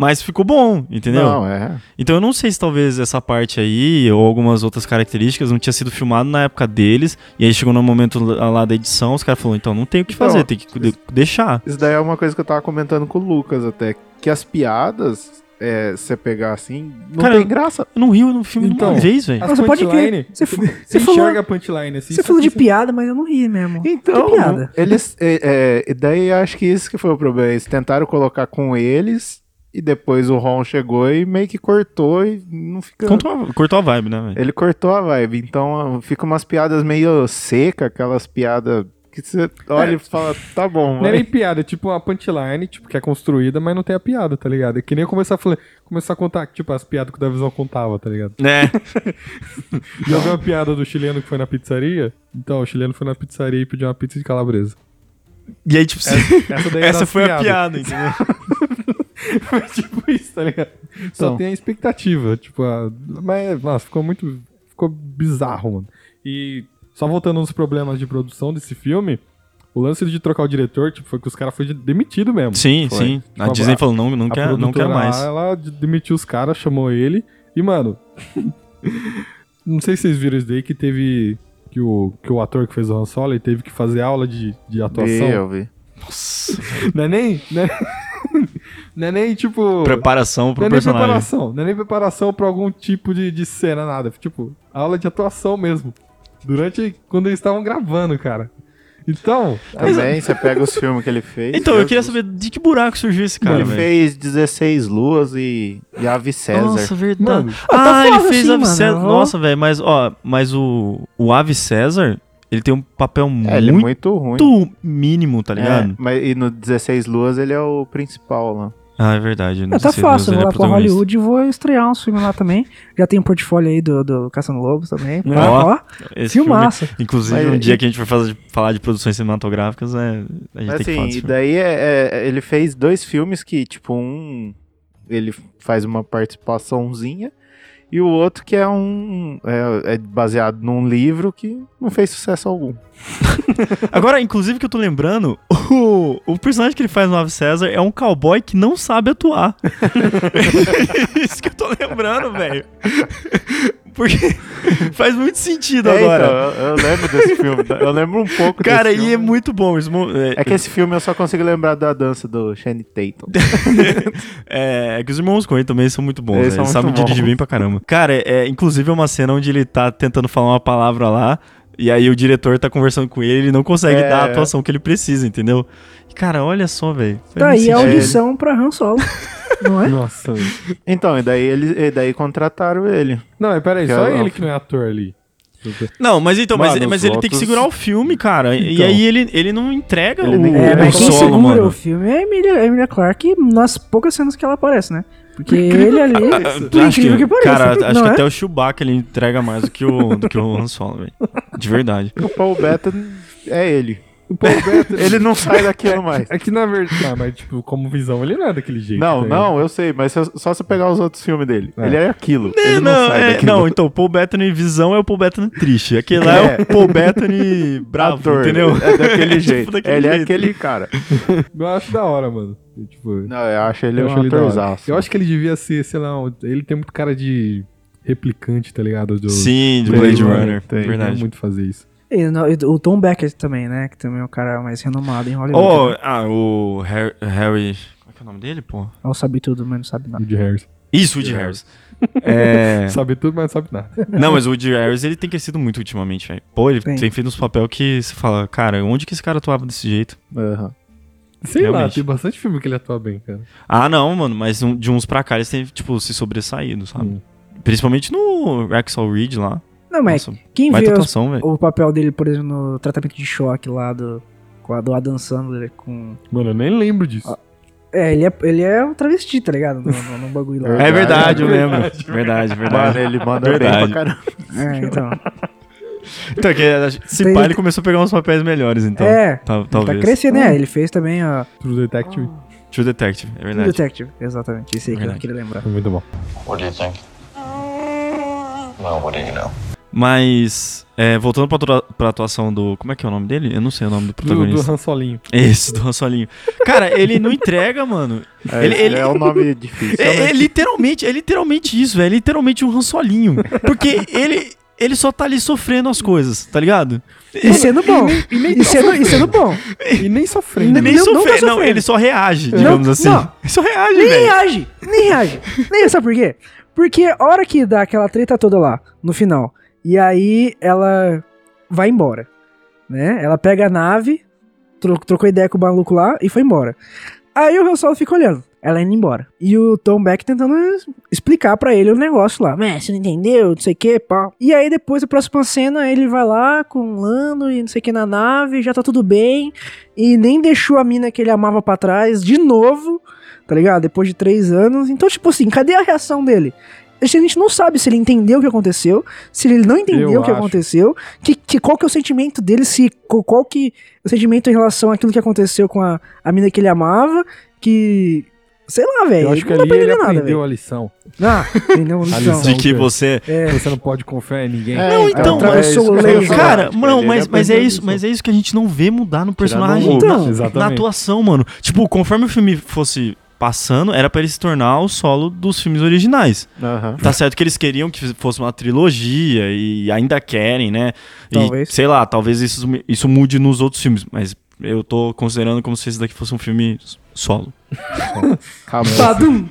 Mas ficou bom, entendeu? Não, é. Então eu não sei se talvez essa parte aí ou algumas outras características não tinha sido filmado na época deles e aí chegou no momento lá lá da edição, os caras falaram, então não tem o que Então, fazer, tem que de- deixar. Isso daí é uma coisa que eu tava comentando com o Lucas até. Que as piadas, é, se você pegar assim, não Cara, tem graça. Eu não rio no filme de uma Então, vez, velho. As Não, você pode punchline, crer. Você você, fa- você você falou- enxerga a punchline assim. só Você falou que de piada, mas eu não ri mesmo. Então, Que piada. eles. É, é, e daí acho que isso que foi o problema. Eles tentaram colocar com eles e depois o Ron chegou e meio que cortou e não fica. Cortou a, cortou a vibe, né, velho? Ele cortou a vibe, então ah, fica umas piadas meio seca, aquelas piadas que você É. olha e fala, tá bom, Não é nem vai. piada, é tipo uma punchline, tipo, que é construída, mas não tem a piada, tá ligado? É que nem eu começar a, falar, começar a contar, tipo, as piadas que o Davizão contava, tá ligado? É. Já viu a piada do chileno que foi na pizzaria? Então, o chileno foi na pizzaria e pediu uma pizza de calabresa. E aí, tipo, Essa daí era essa as foi a piadas. piada, entendeu? Foi tipo isso, tá ligado? Só Então. tem a expectativa, tipo, a... mas, nossa, ficou muito, ficou bizarro, mano. E só voltando nos problemas de produção desse filme, o lance de trocar o diretor, tipo, foi que os caras foram demitidos mesmo. Sim, Foi. sim. A Tipo, Disney a- falou, não, não, A quer, não quer produtora mais. lá, Ela de- demitiu os caras, chamou ele. E, mano. não sei se vocês viram isso daí que teve. Que o, que o ator que fez o Han Solo ele teve que fazer aula de, de atuação. Eu vi. Nossa. Não é nem. Não é, não é nem tipo. Preparação não pro é nem personagem. preparação. Não é nem preparação pra algum tipo de, de cena, nada. Tipo, aula de atuação mesmo. Durante. Quando eles estavam gravando, cara. Então. Também você pega os filmes que ele fez. Então, eu Deus queria do saber de que buraco surgiu esse céu. cara, Ele velho. fez 16 luas e, e Ave César. Nossa, verdade. Mano, Ah, ele foda fez assim, Ave mano. César. Nossa, velho, mas ó, mas o, o Ave César, ele tem um papel é, ele é muito, muito ruim. mínimo, tá É, ligado? mas, e no 16 luas ele é o principal lá. Ah, é verdade. Não Ah, sei tá se Deus, fácil, ele vou é lá pra protagonista. Hollywood e vou estrear uns filmes lá também. Já tem o portfólio aí do, do Caçando Lobos também. tá? Ó. Ó, Esse filme, filmaço. inclusive, Mas um ele- dia que a gente for fazer- falar de produções cinematográficas, é, a gente tem que falar Assim, desse e filme. daí é- é- ele fez dois filmes que, tipo, um ele faz uma participaçãozinha e o outro que é um é, é baseado num livro que não fez sucesso algum. Agora, inclusive, que eu tô lembrando, o, o personagem que ele faz no Ave César é um cowboy que não sabe atuar. Isso que eu tô lembrando, velho. Porque faz muito sentido É, agora. então, eu, eu lembro desse filme, tá? eu lembro um pouco Cara, desse e filme. é muito bom. Esse, mo- é, É que esse filme eu só consigo lembrar da dança do Shane Tatum. É, é que os irmãos Coen também são muito bons, Eles né? são Eles muito sabem dirigir bons. bem pra caramba. Cara, é, é, inclusive é uma cena onde ele tá tentando falar uma palavra lá, e aí o diretor tá conversando com ele, ele não consegue É. dar a atuação que ele precisa, entendeu? E, Cara, olha só, velho. Faz Tá muito aí a sentido. audição pra Han Solo. Não é? Nossa. velho. Então, e daí, ele, e daí contrataram ele. Não, mas peraí, só Cara, ele que não é ator ali. Não, mas então, mas, Mano, os mas ele tem que outros- segurar o filme, cara. E Então. aí ele, ele não entrega Ele o, nem- É, o mas quem solo, segura mano. o filme é a Emilia, a Emilia Clarke nas poucas cenas que ela aparece, né? Porque ele ali, por Ah, Acho incrível que, pareça, cara, acho não que é? até o Chewbacca ele entrega mais do que o, do que o Han Solo, velho. De verdade. O Paul Bettany é ele. O Paul Bettany- Ele não sai daquilo mais. É que na verdade. Ah, mas tipo, como visão, ele não é daquele jeito. Não, tá ligado? não, eu sei, mas se- só se pegar os outros filmes dele. É. Ele é aquilo. ele não, não, sai é, daquilo. não, então, o Paul Bettany visão é o Paul Bettany triste. Aquele lá é, É. o Paul Bettany bravo, Ator, entendeu? É daquele Tipo, jeito. daquele ele é jeito. aquele cara. Eu acho da hora, mano. Eu, tipo, Não, eu acho ele eu um acho ele da hora. atorzaço. Eu acho que ele devia ser, sei lá, um- ele tem muito cara de replicante, tá ligado? Do, Sim, de Blade Blade Runner, Runner. tem. Ele quer verdade. muito fazer isso. E no- e o Tom Beckett também, né? Que também é o cara mais renomado em Oh, Hollywood. né? ah, o Harry, Harry- Como é que é o nome dele, pô? Não sabe tudo, mas não sabe nada. Woody Harris. Isso, Woody Harris. É... Sabe tudo, mas não sabe nada. Não, mas o Woody Harris, ele tem crescido muito ultimamente, velho. Pô, ele Tem. tem feito uns papel que você fala, cara, onde que esse cara atuava desse jeito? Aham. Sei lá, Realmente. tem bastante filme que ele atua bem, cara. Ah, não, mano, mas um- de uns pra cá eles têm, tipo, se sobressaído, sabe? Hum. Principalmente no Rexall Reed lá. Não, mas Nossa, tá quem baita vê os- atuação, velho. o papel dele, por exemplo, no tratamento de choque lá do, com a- do Adam Sandler com... Mano, eu nem lembro disso. É, ele é, ele é um travesti, tá ligado? No, no, no bagulho lá. É verdade, eu lembro. Verdade, Verdade, verdade. Mano, ele manda Verdade. bem pra caramba. É, então. Então, que, se Tem- pá, ele começou a pegar uns papéis melhores, então. é, Tal- tá talvez. crescendo, né? Ele fez também a True Detective. Ah. True Detective, é True verdade. Detective. Exatamente, esse aí que eu Verdade. queria lembrar. Foi muito bom. What do you think? No, what do you know? Mas, é, voltando pra, atua- pra atuação do. Como é que é o nome dele? Eu não sei o nome do Do, do protagonista. Han Solinho. Esse, do Han Solinho. Cara, ele não entrega, mano. É, Ele- esse ele- É um nome difícil. É, é literalmente, é literalmente isso, velho. É literalmente um Han Solinho. Porque ele, ele só tá ali sofrendo as coisas, tá ligado? E sendo bom. E nem E tá sendo, e sendo bom. E nem sofrendo. né? Ele nem não- não tá sofre, não, sofrendo. ele só reage, digamos Não, assim. não. Ele só reage, Nem velho. reage. Nem reage. Nem sabe por quê? Porque a hora que dá aquela treta toda lá, no final, e aí ela vai embora. Né? Ela pega a nave, tro- trocou ideia com o maluco lá e foi embora. Aí o Han Solo fica olhando. Ela indo embora. E o Tom Beck tentando explicar pra ele o negócio lá. Mas você não entendeu, não sei o que, pá. E aí depois, a próxima cena, ele vai lá com o Lando e não sei o que na nave, já tá tudo bem. E nem deixou a mina que ele amava pra trás de novo, tá ligado? Depois de três anos. Então, tipo assim, cadê a reação dele? A gente não sabe se ele entendeu o que aconteceu, se ele não entendeu Eu o que acho. aconteceu, que, que- qual que é o sentimento dele, se co- qual que é o sentimento em relação àquilo que aconteceu com a, a mina que ele amava, que... Sei lá, velho. Eu acho que não dá ali pra ele entender nada, aprendeu velho. a lição. Ah, entendeu? A Então. De lição. que você. É, Você não pode confiar em ninguém. É, Não, então, atravessou isso o que eu ia laser. falar. Cara, Ele- né? não, ele mas, mas é aprendeu isso, mas é isso que a gente não vê mudar no Tirar no personagem. mundo. Então, na Exatamente. atuação, mano. Tipo, conforme o filme fosse passando, era pra ele se tornar o solo dos filmes originais. Aham. Tá certo que eles queriam que fosse uma trilogia e ainda querem, né? E, Talvez. sei lá, talvez isso, isso mude nos outros filmes, mas eu tô considerando como se esse daqui fosse um filme solo. Calma. Badum.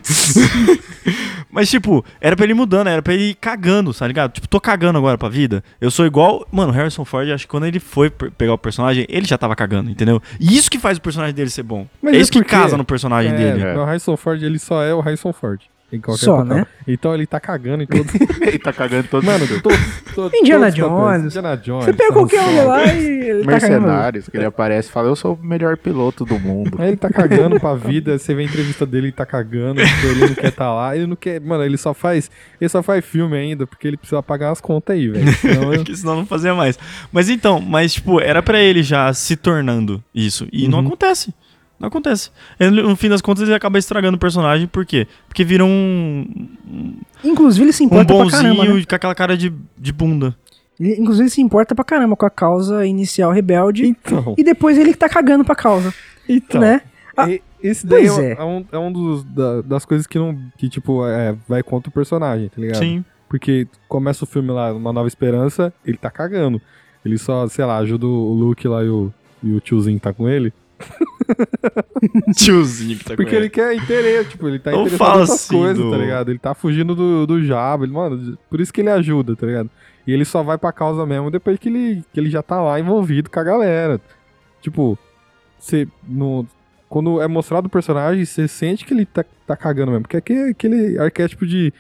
Mas, tipo, era pra ele ir mudando, era pra ele ir cagando, tá ligado? Tipo, tô cagando agora pra vida. Eu sou igual. Mano, Harrison Ford, acho que quando ele foi pe- pegar o personagem, ele já tava cagando, entendeu? E isso que faz o personagem dele ser bom. Mas é é isso que porque- casa no personagem É, dele. O Harrison Ford, ele só é o Harrison Ford. Em qualquer Só, papel. né? Então ele tá cagando em todos. Ele tá cagando todo Mano, mundo. todos, todos, Indiana todos os papéis. Jones. Indiana Jones. Você pega Han qualquer um, Solo. homem lá e ele tá caindo. Mercenários, que ele aparece e fala, eu sou o melhor piloto do né? mundo. Aí ele tá cagando pra vida, você vê a entrevista dele, ele tá cagando, tipo, ele não quer tá lá, ele não quer. Mano, ele só faz. Ele só faz filme ainda, porque ele precisa pagar as contas aí, velho. Então, eu- Porque senão não fazia mais. Mas então, mas tipo, era pra ele já se tornando isso. E não Uhum. acontece. Não acontece. Ele, no fim das contas, ele acaba estragando o personagem, por quê? Porque vira um. um- Inclusive, ele se Um importa pra bonzinho caramba. Né? com aquela cara de, de bunda. Ele, inclusive, ele se importa pra caramba com a causa inicial rebelde. então, E depois ele tá cagando pra causa, então. né? Ah, E- Esse daí é, pois um- é. é um, é um dos, da- das coisas que não. Que, tipo, é, vai contra o personagem, tá ligado? Sim. Porque começa o filme lá, Uma Nova Esperança, ele tá cagando. Ele só, sei lá, ajuda o Luke lá e o, e o tiozinho que tá com ele. Tiozinho que tá Porque ele quer interesse, tipo, ele tá Eu interessado falo em outras assim, coisas, do- tá ligado? Ele tá fugindo do, do Jabo, ele, mano, por isso que ele ajuda, tá ligado? E ele só vai pra causa mesmo depois que ele, que ele já tá lá envolvido com a galera. Tipo, você. No, quando é mostrado o personagem, você sente que ele tá, tá cagando mesmo. Porque é aquele, aquele arquétipo de,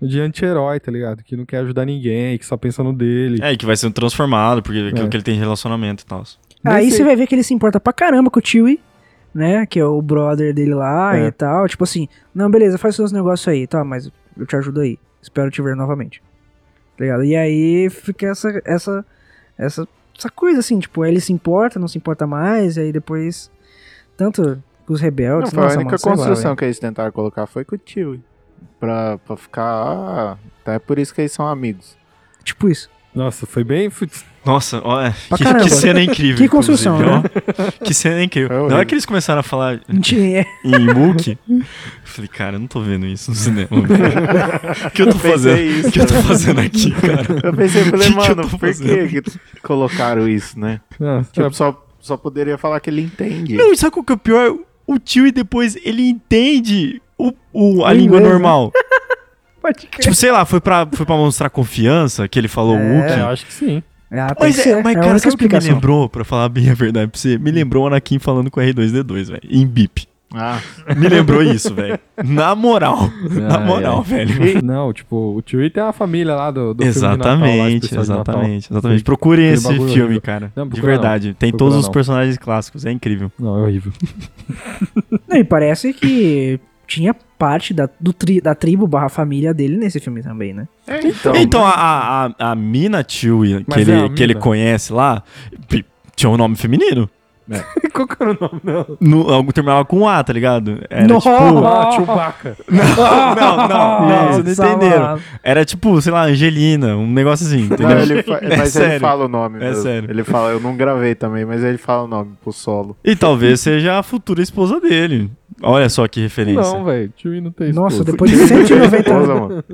de anti-herói, tá ligado? Que não quer ajudar ninguém, que só pensa no dele. É, e que vai sendo transformado, porque aquilo É. que ele tem de relacionamento e tal. Aí Nesse- você vai ver que ele se importa pra caramba com o Chewie, né? Que é o brother dele lá É. e tal. Tipo assim, não, beleza, faz seus negócios aí, tá? Mas eu te ajudo aí. Espero te ver novamente. Tá ligado? E aí fica essa, essa, essa, essa coisa assim, tipo, aí ele se importa, não se importa mais, e aí depois. Tanto os Não, rebeldes. foi a nossa, única mano, sei lá, construção velho. que eles tentaram colocar foi com o tio. Pra, pra ficar. Ah, tá é por isso que eles são amigos. tipo isso. Nossa, foi bem. foi- Nossa, olha, Pra que, caramba. que cena incrível. Que construção, inclusive, ó. Que cena incrível. É Na hora horrível. que eles começaram a falar Não tinha- em MOOC, eu falei, cara, eu não tô vendo isso no cinema. velho. O que eu né? tô pensei fazendo? isso o que eu tô também. fazendo aqui, cara? Eu pensei, falei, Que que eu mano, Tipo, tô por que, que colocaram isso, né? É. Nossa, Tipo, só, só poderia falar que ele entende. Não, e sabe qual que é o pior? O tio e depois ele entende o, o- a O língua inglês, né? normal. Pode crer. Tipo, sei lá, foi pra, foi pra mostrar confiança que ele falou É. Wookie. é, eu acho que sim. Ah, tem Mas, que é, ser. mas É a cara, sabe única o que me explicação. lembrou, pra falar bem a verdade pra você? Me lembrou o Anakin falando com o R2-D2, velho, em bip. Ah, Me lembrou isso, velho. Na moral, na Ai, moral, ai. velho. Não, tipo, o Chewie tem uma família lá do, do filme de Natal, lá, Exatamente, especial de Natal. exatamente, exatamente. Procurem Aquele esse bagulho filme, horrível. cara. Não, de procura não. verdade. Tem Procura todos os não. personagens clássicos, é incrível. Não, é horrível. Não, e parece que tinha parte da, do tri- da tribo barra família dele nesse filme também, né? é, então. então, a, a, a- a Mina Chewie, que, Mas ele, é a que ele mina. conhece lá, pi- tinha um nome feminino. É. Qual que era o nome? Não. No, algo terminava com A, tá ligado? Era Nossa! tipo. Ah, Chewbacca. Não, não, não, vocês não Nossa, entenderam. mano. Era tipo, sei lá, Angelina, um negócio assim, Não, entendeu? ele fa- É né? mas ele sério. fala o nome. É mesmo. sério. Ele fala, eu não gravei também, mas ele fala o nome pro solo. E talvez seja a futura esposa dele. Olha só que referência. Não, velho. Chewie não tem Nossa, esposa. depois de 190 Esposa, anos. mano.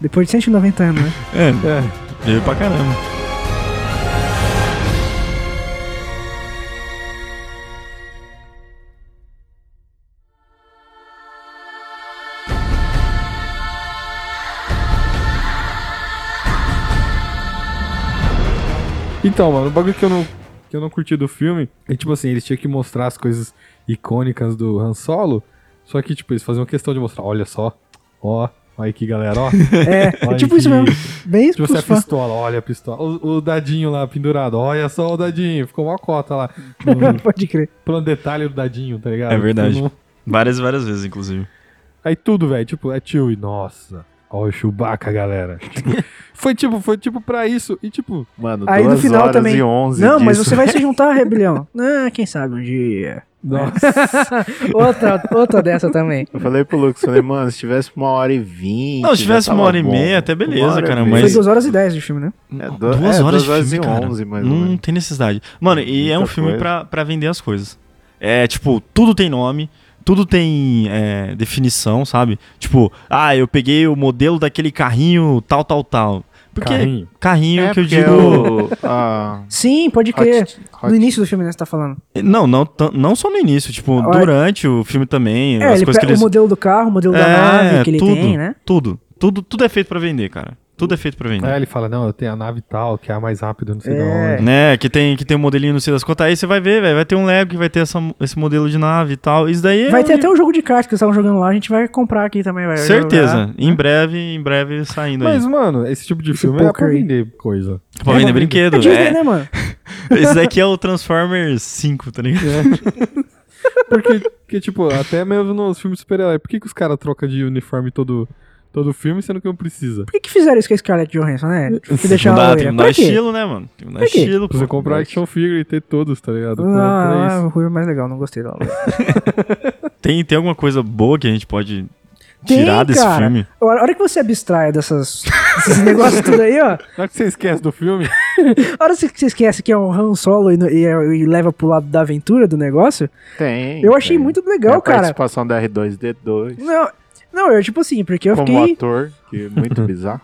Depois de 190 anos, né? É, É. veio pra caramba. Então, mano, o bagulho que eu não, que eu não curti do filme é tipo assim, eles tinham que mostrar as coisas icônicas do Han Solo, só que, tipo, eles faziam questão de mostrar, olha só, ó, olha aqui, galera, ó. É, é Olha tipo isso que- mesmo. Bem Tipo, você pros a fãs. pistola, olha a pistola. O, o dadinho lá pendurado, olha só o dadinho, ficou uma cota lá. um No Pode crer. plano detalhe do dadinho, tá ligado? É verdade. Tipo, não- Várias, várias vezes, inclusive. Aí tudo, velho, tipo, é tio e nossa. Olha o Chewbacca, galera. Tipo, foi tipo, foi tipo pra isso. E tipo, Mano, Aí no duas final horas também. e 11 Não, mas disso. você vai se juntar à rebelião. Ah, quem sabe um dia. nossa. Outra, outra dessa também. Eu falei pro Lucas, falei, mano, se tivesse uma hora e vinte. Não, se já tivesse uma tava hora e bom. meia, até beleza, Uma hora e cara, meia. Foi mas- 2 horas e 10 de filme, né? É, du- duas é, horas duas horas de filme, e cara. Hum, onze, mais ou Não menos. tem necessidade. Mano, e é um Muita filme coisa. pra, pra vender as coisas. É, tipo, tudo tem nome, tudo tem é, definição, sabe? Tipo, ah, eu peguei o modelo daquele carrinho tal, tal, tal. Porque carrinho, Carrinho. É, que eu porque digo... o- a- Sim, pode crer. Hot- Hot- No início do filme, né? Você tá falando. Não, não, tan- não só no início, tipo, Olha- durante o filme também, É, as ele coisas pega que eles... o modelo do carro, o modelo da É, nave que ele tudo, tem, né? Tudo, tudo, tudo é feito pra vender, cara. Tudo é feito pra vender. Aí ele fala, não, eu tenho a nave tal, que é a mais rápida, não sei de É. onde. Né, que tem, que tem um modelinho, não sei das quantas. Aí você vai ver, velho, vai ter um Lego que vai ter essa, esse modelo de nave e tal. Isso daí é Vai ter um- até um jogo de cartas que eles estavam jogando lá, a gente vai comprar aqui também, vai. jogar. Certeza. Em breve, em breve saindo Mas, aí. mano, esse tipo de Esse filme é pra poker aí. vender coisa. Pra É, vender mano, É brinquedo. Disney, é. né, mano? Esse daqui é o Transformers 5, tá ligado? Porque, que, tipo, até mesmo nos filmes de super-herói, por que, que os caras trocam de uniforme todo, todo filme, sendo que não precisa? Por que, que fizeram isso com a Scarlett Johansson, né? Tem que deixar Não ela dá, tem loira. que Pra dar quê? estilo, né, mano? Tem que dar Pra quê? estilo, Pra um Você pô. comprar action figure e ter todos, tá Ah, ligado? Por- por Não, isso. o Ruivo é mais legal, não gostei dela. Tem, tem alguma coisa boa que a gente pode Tem, tirar desse cara. filme? A hora que você abstrai dessas, desses negócios tudo aí, ó. Na hora é que você esquece do filme, A hora que você esquece que é um Han Solo e, no- e é- e leva pro lado da aventura do negócio, Tem. eu achei tem. muito Tem legal, a cara. participação da R2D2. Não, não, eu tipo assim, porque eu como fiquei. ator, que é muito bizarro.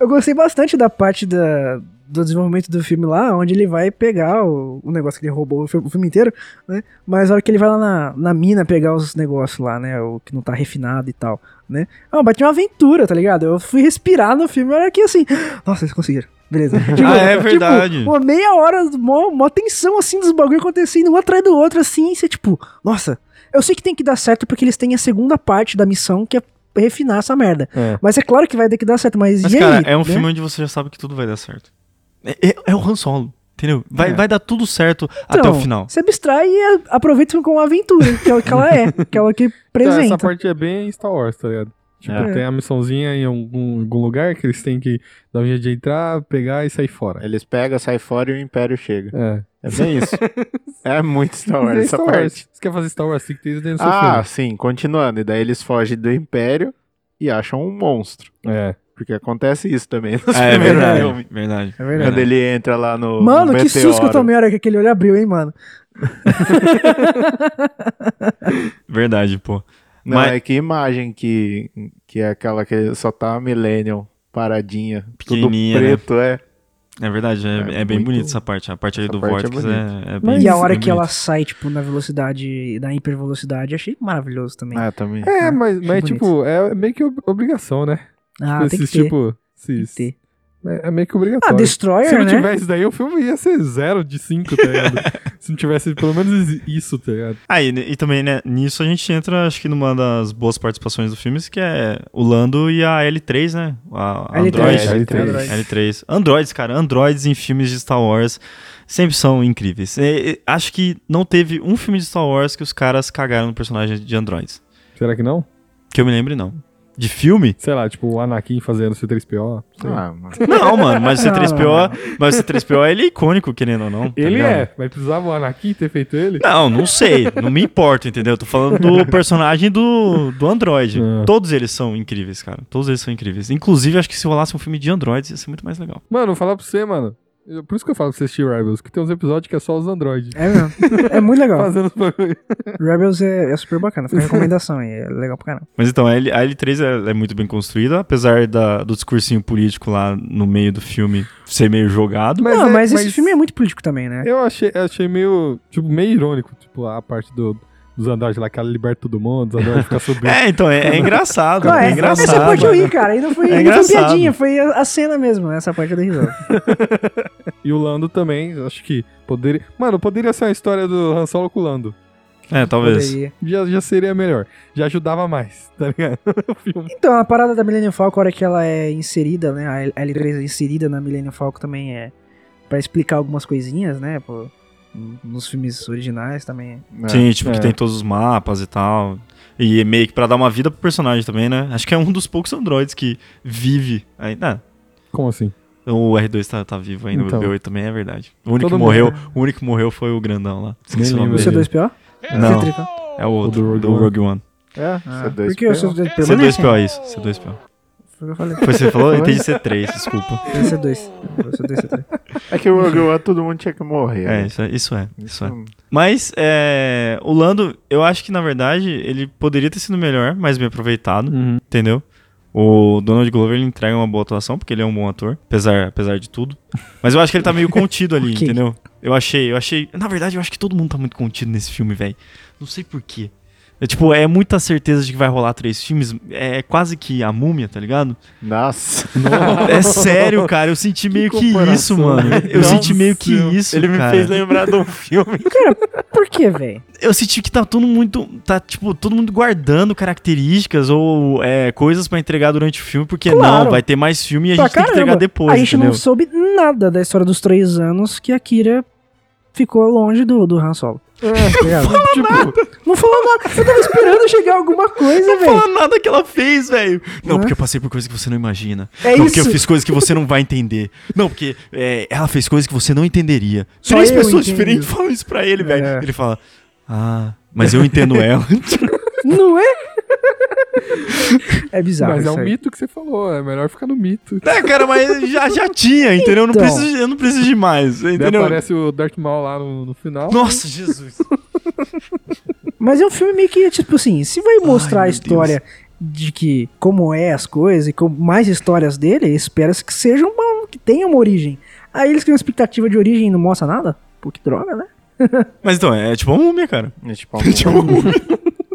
Eu gostei bastante da parte da, do desenvolvimento do filme lá, onde ele vai pegar o, o negócio que ele roubou o filme, o filme inteiro, né? Mas a hora que ele vai lá na, na mina pegar os negócios lá, né? O que não tá refinado e tal, né? Ah, bate uma aventura, tá ligado? Eu fui respirar no filme, olha aqui assim. Nossa, eles conseguiram. Beleza. Tipo, Ah, é verdade. Tipo, uma meia hora, mó, mó tensão assim dos bagulho acontecendo um atrás do outro, assim, e você, tipo, nossa, eu sei que tem que dar certo porque eles têm a segunda parte da missão que é refinar essa merda. É. Mas é claro que vai ter que dar certo, mas, Mas, e cara, aí? é um né? filme onde você já sabe que tudo vai dar certo. É, é- é o Han Solo, entendeu? É. Vai, vai dar tudo certo Então, até o final. Você abstrai e a- aproveita com uma aventura, que é o que ela é, que é o que então, presenta. essa parte é bem Star Wars, tá ligado? Tipo, É. tem a missãozinha em algum, algum lugar que eles têm que dar um jeito de entrar, pegar e sair fora. Eles pegam, saem fora e o Império chega. É. É bem isso. é muito Star É Wars essa Star Wars. parte. Você quer fazer Star Wars, tem que ter isso dentro do seu Ah, sim, continuando. E daí eles fogem do Império e acham um monstro. filme. É. Porque acontece isso também nos É, primeiros verdade, filmes. verdade. É verdade. Quando ele entra lá no. Mano, no que susto que eu meteoro. tomei a hora que aquele olho abriu, hein, mano. Verdade, pô. Não, Mas- é que imagem que, que é aquela que só tá a Millennium paradinha, tudo Pequenininha, né? preto, é. É verdade, é, É é bem muito- bonita essa parte. A parte ali essa do parte é Vortex bonita. é, é bem E a hora bem que ela bonita. sai, tipo, na velocidade, na hipervelocidade, achei maravilhoso também. Ah, também. É, mas, mas bonito. tipo, é meio que ob- obrigação, né? Ah, tem que Esses, ter. tipo, tem esses- que ter. É, é meio que Ah, obrigatório. Se Destroyer, não né? tivesse isso daí, o filme ia ser zero de cinco, tá ligado? Se não tivesse pelo menos isso, tá ligado? Aí, né, e também, né, nisso a gente entra, acho que numa das boas participações do filme, que é o Lando e a L3, né? A a L3. Android. É, L3. L3. Androids, cara, androids em filmes de Star Wars sempre são incríveis. E- e acho que não teve um filme de Star Wars que os caras cagaram no personagem de androids. Será que não? Que eu me lembre, não. de filme? Sei lá, tipo o Anakin fazendo C3PO. sei lá. Ah, mano. Não, mano, mas o C3PO, mas o C3PO ele é icônico, querendo ou não. tá ele ligado? é, mas precisava o Anakin ter feito ele? Não, não sei. Não me importo, entendeu? Tô falando do personagem do, do Android. Ah. Todos eles são incríveis, cara. Todos eles são incríveis. Inclusive, acho que se rolasse um filme de androids ia ser muito mais legal. Mano, vou falar pra você, mano. Eu- Por isso que eu falo pra você assistir Rebels, que tem uns episódios que é só os androides. É mesmo. É muito legal. Fazendo os bagulho. Rebels é, é super bacana. Fica a recomendação aí. É legal pra caramba. Mas então, a L- a L3 é, é muito bem construída, apesar da- do discursinho político lá no meio do filme ser meio jogado. não, é- mas esse filme é muito político também, né? Eu achei, eu achei meio, tipo, meio irônico, tipo, a parte do, dos androides lá, que ela liberta todo mundo, os androides ficam subindo. É, então, é, é engraçado. Não, é, é- engraçado. Essa parte eu ri, cara. Aí não foi, É não foi engraçado. piadinha, foi a, a cena mesmo. né, Essa parte é eu dei risada. E o Lando também, acho que poderia... Mano, poderia ser uma história do Han Solo com o Lando. É, talvez. Poderia. Já, já seria melhor. Já ajudava mais, tá ligado? O filme. Então, a parada da Millennium Falcon, a hora que ela é inserida, né? A L- L3 é inserida na Millennium Falcon também é pra explicar algumas coisinhas, né? Pô, nos filmes originais também. É. Sim, tipo, É. que tem todos os mapas e tal. E é meio que pra dar uma vida pro personagem também, né? Acho que é um dos poucos androides que vive ainda. Ah, Como assim? O R2 tá, tá vivo ainda, Então. o B8 também é verdade. O único, Todo que mundo, é. morreu, o único que morreu foi o grandão lá. Esqueci o Nem nome é O lembro. dele. Beleza. C2PO? Não, C3PO? é o outro, O do Rogue do Rogue One. É, Ah, C2PO. Por que o C2PO? permanece? C2PO, é isso, C2PO. Foi o que eu falei. é Foi você falou? Eu entendi C3, desculpa. Foi o C2. Foi o C2, C3. É que o Rogue One todo mundo tinha que morrer. É, né? isso é, isso é, isso é. Mas, é, o Lando, eu acho que, na verdade, ele poderia ter sido melhor, mais bem aproveitado, entendeu? O Donald Glover, ele entrega uma boa atuação, porque ele é um bom ator, apesar, apesar de tudo. Mas eu acho que ele tá meio contido ali, Ok. entendeu? Eu achei, eu achei... Na verdade, eu acho que todo mundo tá muito contido nesse filme, velho. Não sei porquê. É, tipo, é muita certeza de que vai rolar três filmes. É quase que a múmia, tá ligado? Nossa. É sério, cara. Eu senti meio que, comparação. isso, mano. Eu Nossa. senti meio que isso, Ele me cara. fez lembrar de um filme. Por que, velho? eu senti que tá todo muito. Tá, tipo, todo mundo guardando características ou é, coisas pra entregar durante o filme, porque Claro. não, vai ter mais filme e a Pra gente tem que entregar caramba. depois, a gente entendeu? não soube nada da história dos três anos que a Kira ficou longe do, do Han Solo. É, tá Tipo, Não falou nada. Eu tava esperando chegar alguma coisa, Não velho. fala nada que ela fez, velho. Não, Né? porque eu passei por coisas que você não imagina. É não, isso. porque eu fiz coisas que você não vai entender. Não, porque é, ela fez coisas que você não entenderia. Só Três eu pessoas entendo. diferentes falam isso pra ele, velho. É. Ele fala, ah, mas eu entendo ela. Não é? É bizarro. mas é isso um aí. mito que você falou, é melhor ficar no mito. é, cara, mas já, já tinha, entendeu? Eu não Então. Né, preciso, eu não preciso de mais, Daí entendeu? aparece o Darth Maul lá no, no final. Nossa, Jesus. Mas é um filme meio que, tipo assim, se vai mostrar meu a história de que como é as coisas e com mais histórias dele, espera-se que seja uma. que tenha uma origem. Aí eles criam expectativa de origem e não mostra nada? Pô, que droga, né? Mas então, é tipo uma múmia, cara. É tipo, a múmia.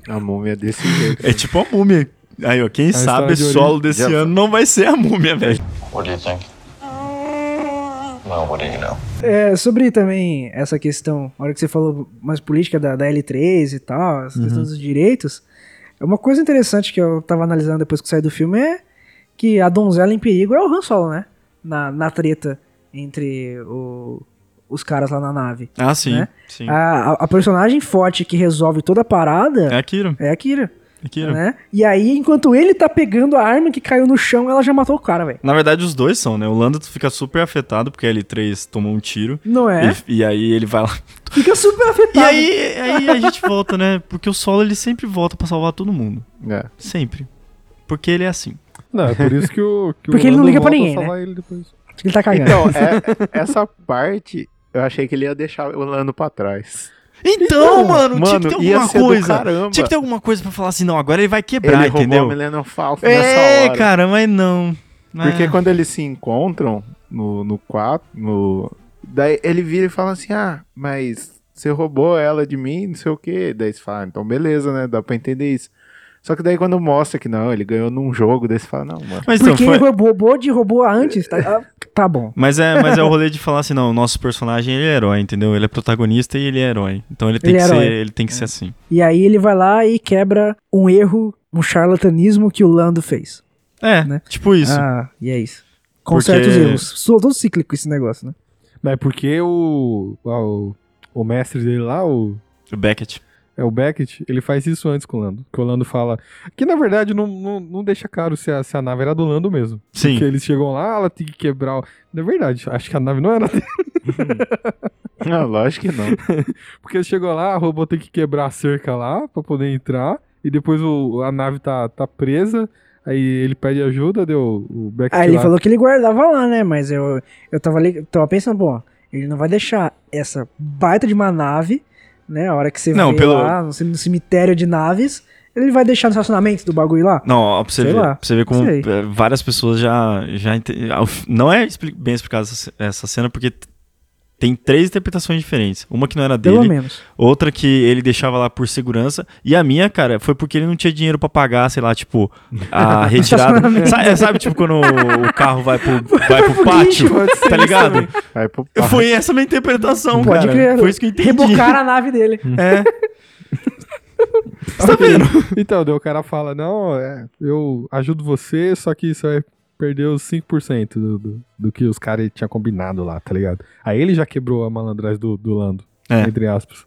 a múmia desse jeito. É tipo a múmia. Aí, ó, quem sabe história o de solo desse Já- ano não vai ser a múmia, velho. What do you think? Well, what do you know? É, sobre também essa questão, na hora que você falou mais política da, da L3 e tal, essa questão Uhum. dos direitos, é uma coisa interessante que eu tava analisando depois que eu saí do filme é que a donzela em perigo é o Han Solo, né? Na, na treta entre o- os caras lá na nave. Ah, sim. Né? sim. A, a- a personagem forte que resolve toda a É parada a Kira. é, a Kira, é a Kira. né? E aí, enquanto ele tá pegando a arma que caiu no chão, ela já matou o cara, velho. Na verdade, os dois são, né? O Lando fica super afetado porque a L3 tomou um tiro. Não é? Tá. E, e aí ele vai lá. Fica super E afetado. aí, aí a gente volta, né? Porque o Solo ele sempre volta pra salvar todo mundo. É. Sempre. Porque ele é assim. Não, é por isso que o. Que o Porque ele não Lando liga pra volta a ninguém, né? salvar ele depois. Acho que ele tá cagando. Então, é- essa parte eu achei que ele ia deixar o Lando pra trás. Então, mano, tinha mano, que ter ia alguma ser do coisa. caramba. Tinha que ter alguma coisa pra falar assim, não, agora ele vai Ele quebrar, roubou entendeu? a Millennium Falcon nessa É, hora. cara, mas não. Porque Ah. quando eles se encontram no, no 4, no... Daí ele vira e fala assim, ah, mas você roubou ela de mim, não sei o quê. Daí você fala, ah, então beleza, né? Dá pra entender isso. Só que daí quando mostra que não, ele ganhou num jogo, daí você fala, não, mano. Mas então, Porque foi- ele roubou, roubou de roubou antes, tá? Ah, Tá bom. Mas é, mas é o rolê de falar assim, não, o nosso personagem ele é herói, entendeu? Ele é protagonista e ele é herói. Então ele tem Ele que é ser, herói. ele tem que ser assim. E aí ele vai lá e quebra um erro, um charlatanismo que o Lando fez. É, Né? tipo isso. Ah, e é isso. Com Porque- certos erros. Sou todo cíclico esse negócio, né? Mas é porque o. ah, o, o mestre dele lá, o. O Beckett. é o Beckett, ele faz isso antes com o Lando. Que o Lando fala. Que na verdade não, não, não deixa claro se a, se a nave era do Lando mesmo. Sim. Que eles chegam lá, ela tem que quebrar. o- Na verdade, acho que a nave não era dele. Não, lógico que não. Porque eles chegam lá, a robô tem que quebrar a cerca lá pra poder entrar. E depois o, a nave tá, tá presa. Aí ele pede ajuda, deu o Beckett. Aí ele lá. falou que ele guardava lá, né? Mas eu, eu tava ali, tava pensando, bom, ele não vai deixar essa baita de uma nave, né? A hora que você Não, vê pelo- lá no cem- no cemitério de naves, ele vai deixar no estacionamento do bagulho lá. Não, ó, pra você, Sei ver, lá, pra você ver como sei. eh, várias pessoas já. já ente- ah, uf, Não é expli- bem explicada essa, ce- essa cena, porque t- tem três interpretações diferentes. Uma que não era Pelo dele, menos. outra que ele deixava lá por segurança. E a minha, cara, foi porque ele não tinha dinheiro pra pagar, sei lá, tipo, a retirada. Sa- é, sabe, tipo, quando o o carro vai pro, vai pro pátio, tá ligado? Vai pro Foi essa minha interpretação, Pode cara. crer. Foi isso que eu entendi. Rebocar a nave dele. É. Você tá vendo? então, daí o cara fala: Não, é, eu ajudo você, só que você vai perder os 5% do, do, do que os caras tinham combinado lá, tá ligado? Aí ele já quebrou a malandragem do, do Lando, É. entre aspas.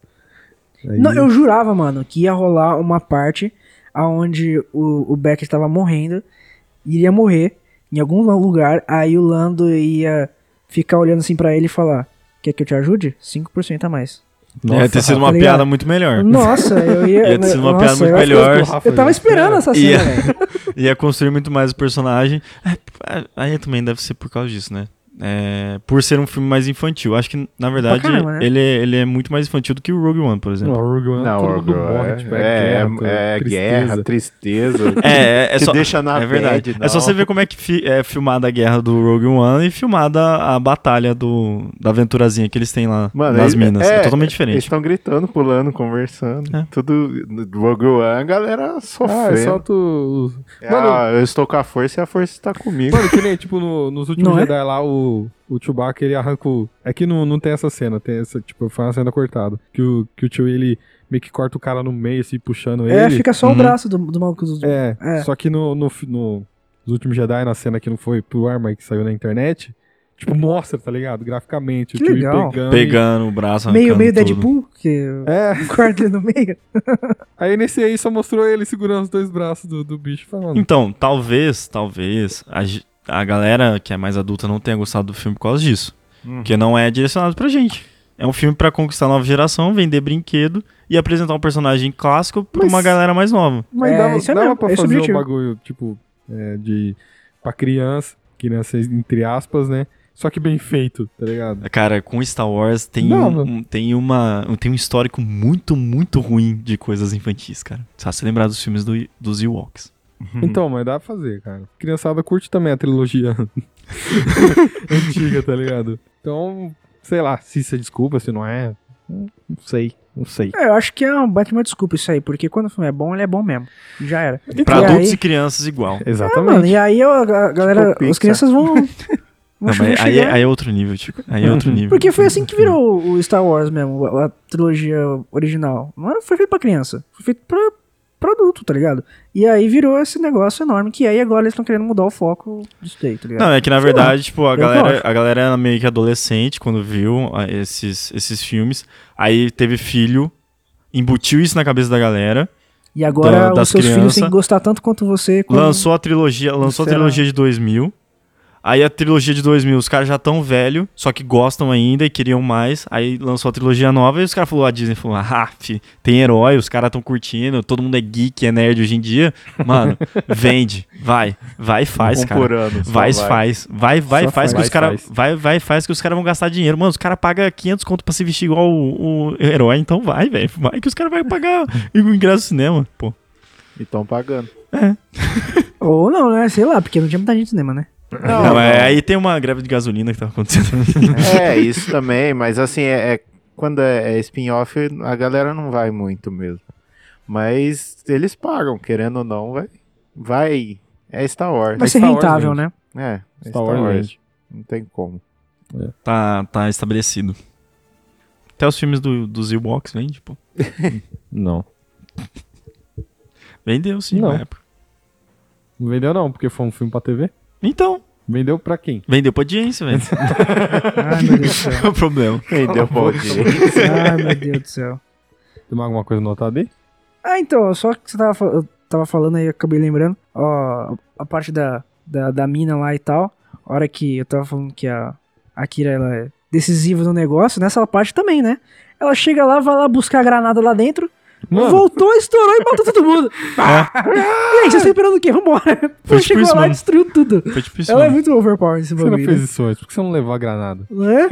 Aí- Não, eu jurava, mano, que ia rolar uma parte aonde o, o Beck estava morrendo, iria morrer em algum lugar, aí o Lando ia ficar olhando assim pra ele e falar: Quer que eu te ajude? 5% a mais. Nossa, É, Ia ter sido uma tá ligado? piada muito melhor. Nossa, eu ia. Ia ter sido uma nossa, piada muito eu acho que eu- melhor. Eu, tava esperando essa cena, Ia. velho. Ia construir muito mais o personagem. É, Aí também deve ser por causa disso, né? É, por ser um filme mais infantil. Acho que, na verdade, caramba, né? ele, é- ele é muito mais infantil do que o Rogue One, por exemplo. Não, o Rogue One, Não, todo mundo Orgro, morre, é, tipo, é, guerra, tudo, é tristeza. guerra, tristeza. É, é, é Te só, deixa na é verdade. bad, é só não. você ver como é que fi- é filmada a guerra do Rogue One e filmada a batalha do, da aventurazinha que eles têm lá Mano, nas ele- minas. É, é, totalmente Eles diferente. estão gritando, pulando, conversando. É. Tudo. no Rogue One, a galera Ah, é só sofrendo. tu. É, Mano- ah, eu estou com a força e a força está comigo. Mano, que nem, tipo, no- nos últimos Não é? Jedi lá, o, o Chewbacca, ele arranca o... É que não, não tem essa cena, tem essa, tipo, foi uma cena cortada. Que o, que o tio, ele meio que corta o cara no meio, assim, puxando É, ele. fica só Uhum. o braço do, do maluco. Do... É, É. só que no, no, fi- no- nos últimos Jedi, na cena que não foi pro ar, mas que saiu na internet, tipo, mostra, tá ligado? Graficamente, Que o tio legal. pegando. Pegando o braço, meio, arrancando meio tudo. Deadpool, que É, corta ele no meio. aí nesse aí só mostrou ele segurando os dois braços do, do bicho, Hum. falando... Então, talvez, talvez, a, ge- a galera que é mais adulta não tenha gostado do filme por causa disso. Hum. Porque não é direcionado pra gente. É um filme pra conquistar a nova geração, vender brinquedo e apresentar um personagem clássico pra uma galera mais nova. Mas É, dava, isso é dava mesmo, pra esse é o fazer um objetivo. bagulho, tipo, é, de. pra criança, criança entre aspas, né? Só que bem feito, tá ligado? Cara, com Star Wars tem, Não, um, não. um- tem, uma, um- tem um histórico muito, muito ruim de coisas infantis, cara. Só se lembrar dos filmes do, dos Ewoks. Então, mas dá pra fazer, cara. Criançada curte também a trilogia antiga, tá ligado? Então, sei lá, se isso é desculpa, se não é. Não sei, não sei. É, eu acho que é um baita uma desculpa isso aí, porque quando o filme é bom, ele é bom mesmo. Já era. Pra e adultos aí, e crianças igual. Ah, mano, Exatamente. e aí eu- a a galera, Tipo as Pixar. crianças vão. vão Não, mas aí, chegar. é- aí é outro nível, Tico. Aí é outro nível. Porque foi assim que virou o Star Wars mesmo, a, a trilogia original. Não era- foi feito pra criança, foi feito pra, pra adulto, tá ligado? E aí virou esse negócio enorme, que aí agora eles estão querendo mudar o foco disso daí, tá ligado? Não, é que na Sei lá. verdade, tipo, a Eu galera, gosto. a galera era meio que adolescente quando viu ah, esses, esses filmes. Aí teve filho, embutiu isso na cabeça da galera, e agora da- das os seus filhos criança. têm que gostar tanto quanto você. Quando... lançou a trilogia, lançou a Será? trilogia de 2000. Aí a trilogia de 2000, os caras já tão velho, só que gostam ainda e queriam mais. Aí lançou a trilogia nova e os caras falou, a Disney falou: "Ah, fi, tem herói, os caras tão curtindo, todo mundo é geek, é nerd hoje em dia". Mano, vende, vai, vai e faz, Um cara. por ano, só Vai, faz. Vai, vai, Só faz, que faz. os caras. Faz. Vai, vai, faz que os caras vão gastar dinheiro. Mano, os caras pagam 500 conto pra se vestir igual o, o herói, então vai, velho. Vai que os caras vão pagar o ingresso do cinema, pô. E estão pagando. Ou não, né? Sei lá, porque não tinha muita gente no cinema, né? Não, mas aí tem uma greve de gasolina que tá acontecendo. É, isso também, mas assim, é, é- quando é, é spin-off, a galera não vai muito mesmo. Mas eles pagam, querendo ou não, vai. Vai. É Star Wars. Vai ser Star Wars rentável, vende. né? É, é Star Wars, gente. Não tem como. tá, tá estabelecido. Até os filmes do, dos Ewoks vende, pô. Não. Vendeu sim Não. na época. Não vendeu, não, porque foi um filme pra TV. Então, Vendeu pra quem? vendeu pra audiência, velho. Ai, Ah, meu Deus do céu. Qual é o problema? Ah, Vendeu bom dia. Ai, meu Deus do céu. Tem mais alguma coisa notada aí? Ah, então, só que você tava, fa- eu tava falando aí, eu acabei lembrando. Ó, a parte da, da, da mina lá e tal. A hora que eu tava falando que a Akira ela é decisiva no negócio, nessa parte também, né? Ela chega lá, vai lá buscar a granada lá dentro, voltou, estourou e matou todo mundo. E aí, vocês estão esperando o quê? Vambora. É. Foi tipo chegou isso lá e mesmo. destruiu tudo. Foi tipo isso. Ela é mesmo. muito overpower nesse Por que você não bagulho. fez isso antes? Por que você não levou a granada? Né?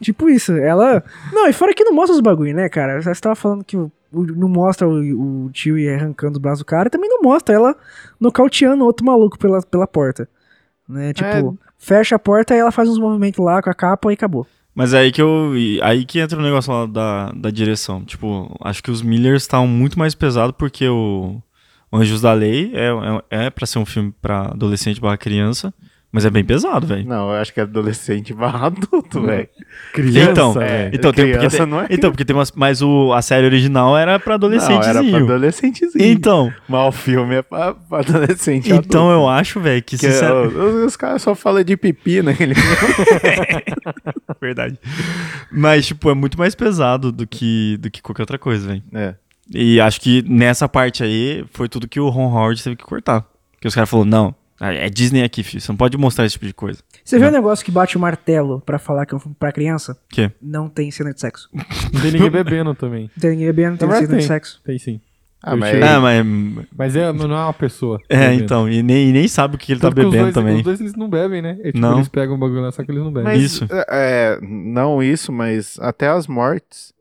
tipo isso, ela. Não, e fora que não mostra os bagulho, né, cara? Você tava falando que o- o- não mostra o, o tio ir arrancando os braços do cara, e também não mostra ela nocauteando outro maluco pela, pela porta. Né? Tipo, fecha a porta e ela faz uns movimentos lá com a capa e acabou. Mas é aí que eu. e Aí que entra o negócio lá da, da direção. Tipo, acho que os Millers estavam muito mais pesados porque o Anjos da Lei é, é, é pra ser um filme pra adolescente barra criança, mas é bem pesado, velho. Não, eu acho que é adolescente barra adulto, velho. Criança, então, velho. então, tem, porque criança tem, não é então, porque tem umas. Mas o, a série original era pra Não, era pra adolescentezinho. adolescentezinho. Então, Mas o filme é pra, pra adolescente então adulto. eu acho, velho, que, é é- Que, sincero- ó, os, os caras só falam de pipi né? naquele Verdade. Mas, tipo, é muito mais pesado do que, do que qualquer outra coisa, velho. É. E acho que nessa parte aí foi tudo que o Ron Howard teve que cortar. Porque os caras falaram, não, é Disney aqui, filho. Você não pode mostrar esse tipo de coisa. Você vê Não. o negócio que bate o martelo pra falar que é um filme pra criança? Quê? Não tem cena de sexo. Não tem ninguém bebendo também. Não tem ninguém bebendo, não tem Agora cena de tem. sexo. Tem sim. Ah, Eu mas É, tirei. Ah, mas. Mas é, não é uma pessoa. É, bebendo. então. E nem, e nem sabe o que ele tá Tanto que os bebendo dois- também. Os dois eles não bebem, né? É, tipo, Não. Eles pegam o bagulho lá, só que eles não bebem. Mas- Isso. É, não isso, mas até as mortes.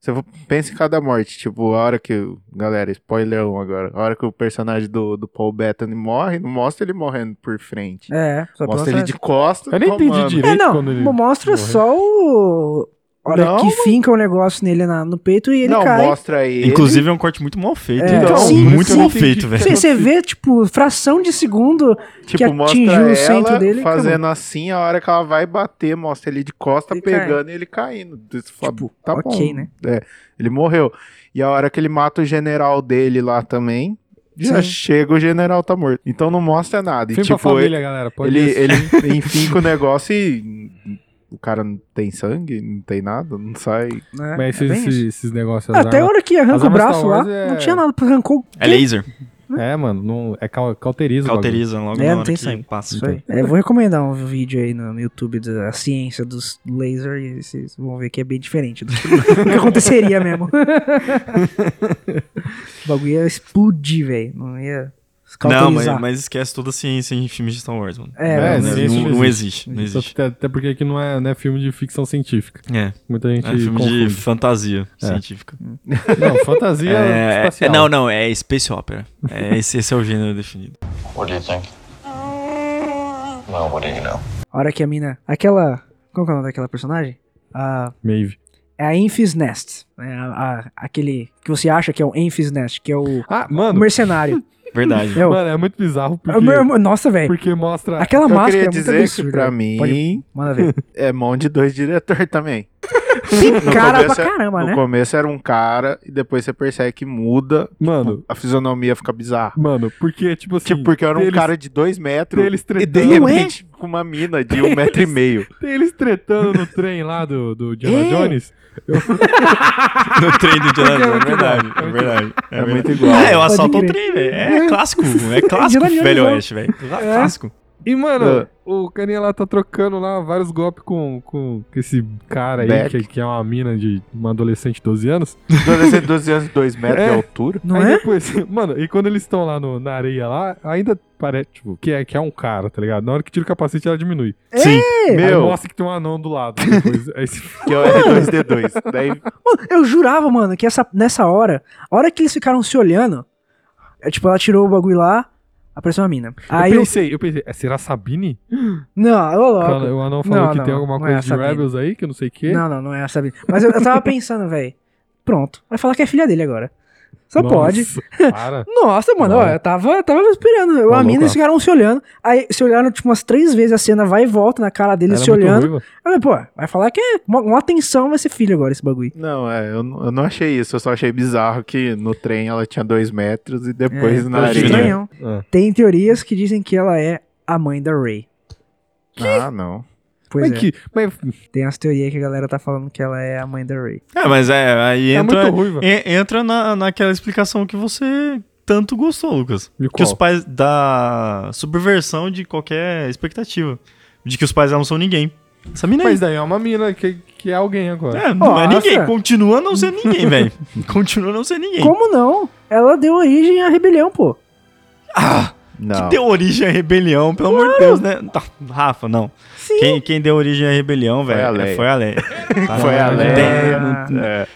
Você vo- pensa em cada morte, tipo, a hora que. o- Galera, spoiler 1 agora. A hora que o personagem do, do Paul Bettany morre, não mostra ele morrendo por frente. É, só mostra pela ele de costas. Eu nem entendi tomando. direito. É, não, quando ele mostra morreu. só o. A hora Não, que finca o negócio nele na- no peito e ele não, cai. mostra ele. Inclusive é um corte muito mal feito. É, então, sim, muito sim. mal feito, velho. Você, você vê, tipo, fração de segundo tipo, que atingiu mostra o centro ela dele. Fazendo assim, a hora que ela vai bater, mostra ele de costa Ele pegando e ele caindo. Isso fa- Tipo, tá ok, bom. né? É, ele morreu. E a hora que ele mata o general dele lá também, já Sim. chega o general tá morto. Então não mostra nada. E, Filme pra tipo, família, galera. Pode ele, assistir. ele enfinca o negócio e o cara não tem sangue, não tem nada, não sai. Né? Mas É esses, bem isso. Ah, esses, esses negócios. as Até a armas- hora que as arranca o armas braço Star lá, Wars é- não tinha nada, arrancou. É laser. né? É, mano. Não, é cal- cauteriza. o bagulho. Cauteriza logo É, na não hora tem que sangue. passa. então. Isso aí. É, vou recomendar um vídeo aí no no YouTube da ciência dos laser e vocês vão ver que é bem diferente do que, do que aconteceria mesmo. o bagulho ia explodir, velho. Não Não, ia mas, cauterizar. mas esquece toda a ciência em filmes de Star Wars, mano. É, É, Não- sim, não, isso não não existe. Não Só existe. que- Então, até porque aqui não é, não é filme de ficção científica. É. Muita gente É filme confunde. de fantasia É. científica. Não, fantasia É, espacial. não, não, é Space Opera. É, esse, esse é o gênero definido. What do you think? Well, what do you know? A hora que a mina. Aquela. Qual que é o nome daquela personagem? A. Maeve. É a Enfys Nest. né? A- a- aquele que você acha que é o Enfys Nest, que é o Ah, mano. mercenário. Verdade. É o- Mano, é muito bizarro é o porque, meu- nossa, velho. porque mostra. Aquela eu máscara é queria muito dizer absurda. que pra velho. mim Pode- Manda ver. é mão de dois diretor também. Tem No cara pra começo é- caramba, no né? começo era um cara e depois você percebe que muda, Mano, a fisionomia fica bizarra. mano, porque, tipo assim. Tipo, porque era um eles- cara de dois metros eles e de tretando. um Não é? repente com uma mina de um metro e meio. Tem eles tretando no trem lá do, do Indiana É. Jones. No trem do Indiana Porque é Jones, é muito verdade. bom, É é muito verdade. É verdade. muito igual. É, eu Pode assalto o crer. trem, velho. É clássico. É clássico, Indiana Jones, velho né? oeste, velho. É. Clássico. E, mano, É. Ah. o carinha lá tá trocando lá vários golpes com, com, com esse cara aí, Beck. que, que é uma mina de uma adolescente de 12 anos. Adolescente de 12 anos, 2 metros É. de altura. Não aí é? depois, mano, e quando eles estão lá no, na areia lá, ainda parece, tipo, que é, que é um cara, tá ligado? Na hora que tira o capacete, ela diminui. É! Sim. Aí Meu, mostra que tem um anão do lado. Depois, aí se que eu era 2D2. Daí Mano, eu jurava, mano, que essa, nessa hora, a hora que eles ficaram se olhando, é, tipo, ela tirou o bagulho lá, apareceu uma mina. Aí eu eu. pensei, eu pensei, é, será Sabine? Não, eu Cara, logo. o anão falou Não, que não, tem alguma não é coisa a de Sabine. Rebels aí, que não sei o quê. Não, não, não é essa. mina. Mas eu, eu tava pensando, velho. Pronto. Vai falar que é filha dele agora. Só Nossa, pode. Para. Nossa, mano, ó, Olha. eu tava, tava esperando. Eu, a Maluco, mina, eles Tá ó. ficaram se olhando. Aí se olharam, tipo, umas três vezes a cena vai e volta na cara deles Ela se é muito olhando. ruiva. Aí, pô, vai falar que é uma, uma atenção vai ser filho agora esse bagulho. Não, é, eu, não- eu não achei isso, eu só achei bizarro que no trem ela tinha dois metros e depois É, na eu achei areia. Estranhão. Ah. Tem teorias que dizem que ela é a mãe da Ray. Ah, não. Pois mas é. que. Mas Tem as teorias que a galera tá falando que ela é a mãe da Ray. É, mas é, aí é entra, muito ruiva. en- entra na, naquela explicação que você tanto gostou, Lucas. De Que qual? os pais da subversão de qualquer expectativa. De que os pais não são ninguém. Essa mina aí. Mas daí é uma mina que, que é alguém agora. É, não é Nossa. ninguém. Continua não sendo ninguém, velho. Continua não sendo ninguém. Como não? Ela deu origem à rebelião, pô. Ah, Não. que deu origem à rebelião, pelo amor de Deus, né? Tá, Rafa, não. Sim. Quem, quem deu origem à rebelião, velho? a Leia. é, Foi a lei. Foi a lei.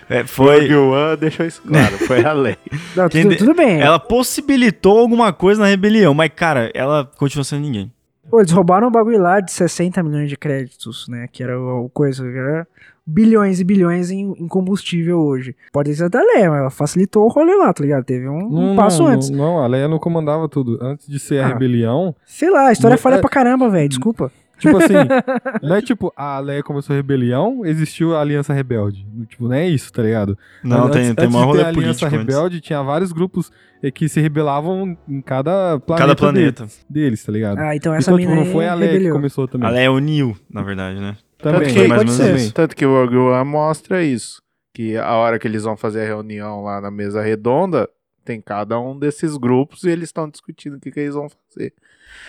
É. foi. Rogue One deixou isso claro, foi a lei. Não, Quem tudo, de- tudo bem. Ela possibilitou alguma coisa na rebelião, mas, cara, ela continua sendo ninguém. Pô, eles roubaram o bagulho lá de 60 milhões de créditos, né? Que era o o coisa, que era bilhões e bilhões em, em combustível hoje. Pode ser até lei, mas ela facilitou o rolê lá, tá ligado? Teve um, um Não, passo não, antes. Não, não, a Leia não comandava tudo. Antes de ser a Ah. rebelião, Sei lá, a história Não, falha é- pra caramba, velho. Desculpa. tipo assim, não é tipo, a Leia começou a rebelião, existiu a Aliança Rebelde. Tipo, não é isso, tá ligado? Não, antes, tem, tem uma antes de ter a rolê Aliança político antes. Rebelde, tinha vários grupos eh, que se rebelavam em cada planeta, Cada planeta. de- deles, tá ligado? Ah, então essa então, mina tipo, não aí foi a Leia que rebeliou. começou também. Ela é o Neil, na verdade, né? Também, Tanto foi que, mais ou pode menos ser. assim. tanto que o Rogue One mostra isso. Que a hora que eles vão fazer a reunião lá na mesa redonda, tem cada um desses grupos e eles estão discutindo o que, que eles vão fazer.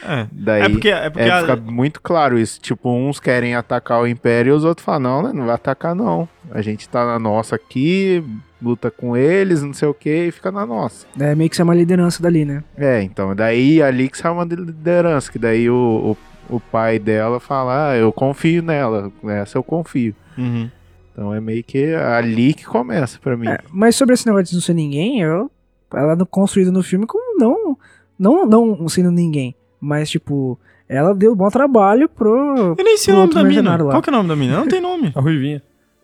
É. Daí É porque, é porque é, a- fica muito claro isso. Tipo, uns querem atacar o Império e os outros falam, não, né, não vai atacar não. A gente tá na nossa aqui, luta com eles, não sei o que, e fica na nossa. É meio que você é uma liderança dali, né? É, então, daí ali que sai uma liderança, que daí o, o, o pai dela fala, ah, eu confio nela, nessa eu confio. Uhum. Então é meio que ali que começa pra mim. É, mas sobre esse negócio de não ser ninguém, eu, ela no- construída no filme como não, não, não sendo ninguém. Mas, tipo, ela deu bom trabalho pro. Eu nem sei o Pro nome outro da mina. mercenário lá. Qual que é o nome da mina? Ela não tem nome. A Ruivinha.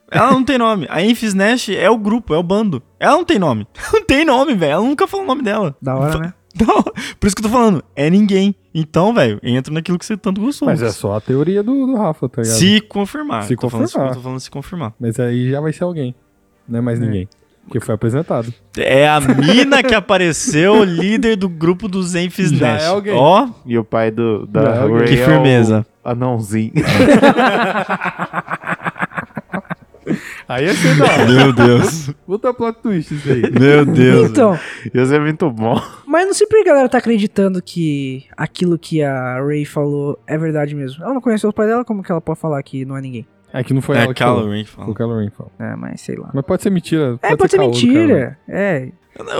Ela não tem nome. A Infis Nash é o grupo, é o bando. Ela não tem nome. Não tem nome, velho. Ela nunca falou o nome dela. Da hora, né? Não, por isso que eu tô falando. É ninguém. Então, velho, entra naquilo que você tanto gostou. Mas é só a teoria do, do Rafa, tá ligado? Se confirmar. Se Tô falando, confirmar. eu tô falando se confirmar. Mas aí já vai ser alguém. Não é mais ninguém. Porque foi apresentado. É a mina que apareceu líder do grupo dos Enfis Já Nash. é alguém. Ó, E o pai do, da Não, Ray que é o firmeza. anãozinho. Aí é assim. ser da hora. Meu Deus. Puta plot twist isso aí. Meu Deus. Então, Isso é muito bom. mas não sei por que a galera tá acreditando que aquilo que a Ray falou é verdade mesmo. Ela não conheceu o pai dela, como que ela pode falar que não é ninguém? É que não foi é ela que falou. Calorie que Foi o fala. Calorin que falou. É, mas sei lá. Mas pode ser mentira. É, pode ser caô do Calorin. mentira. É.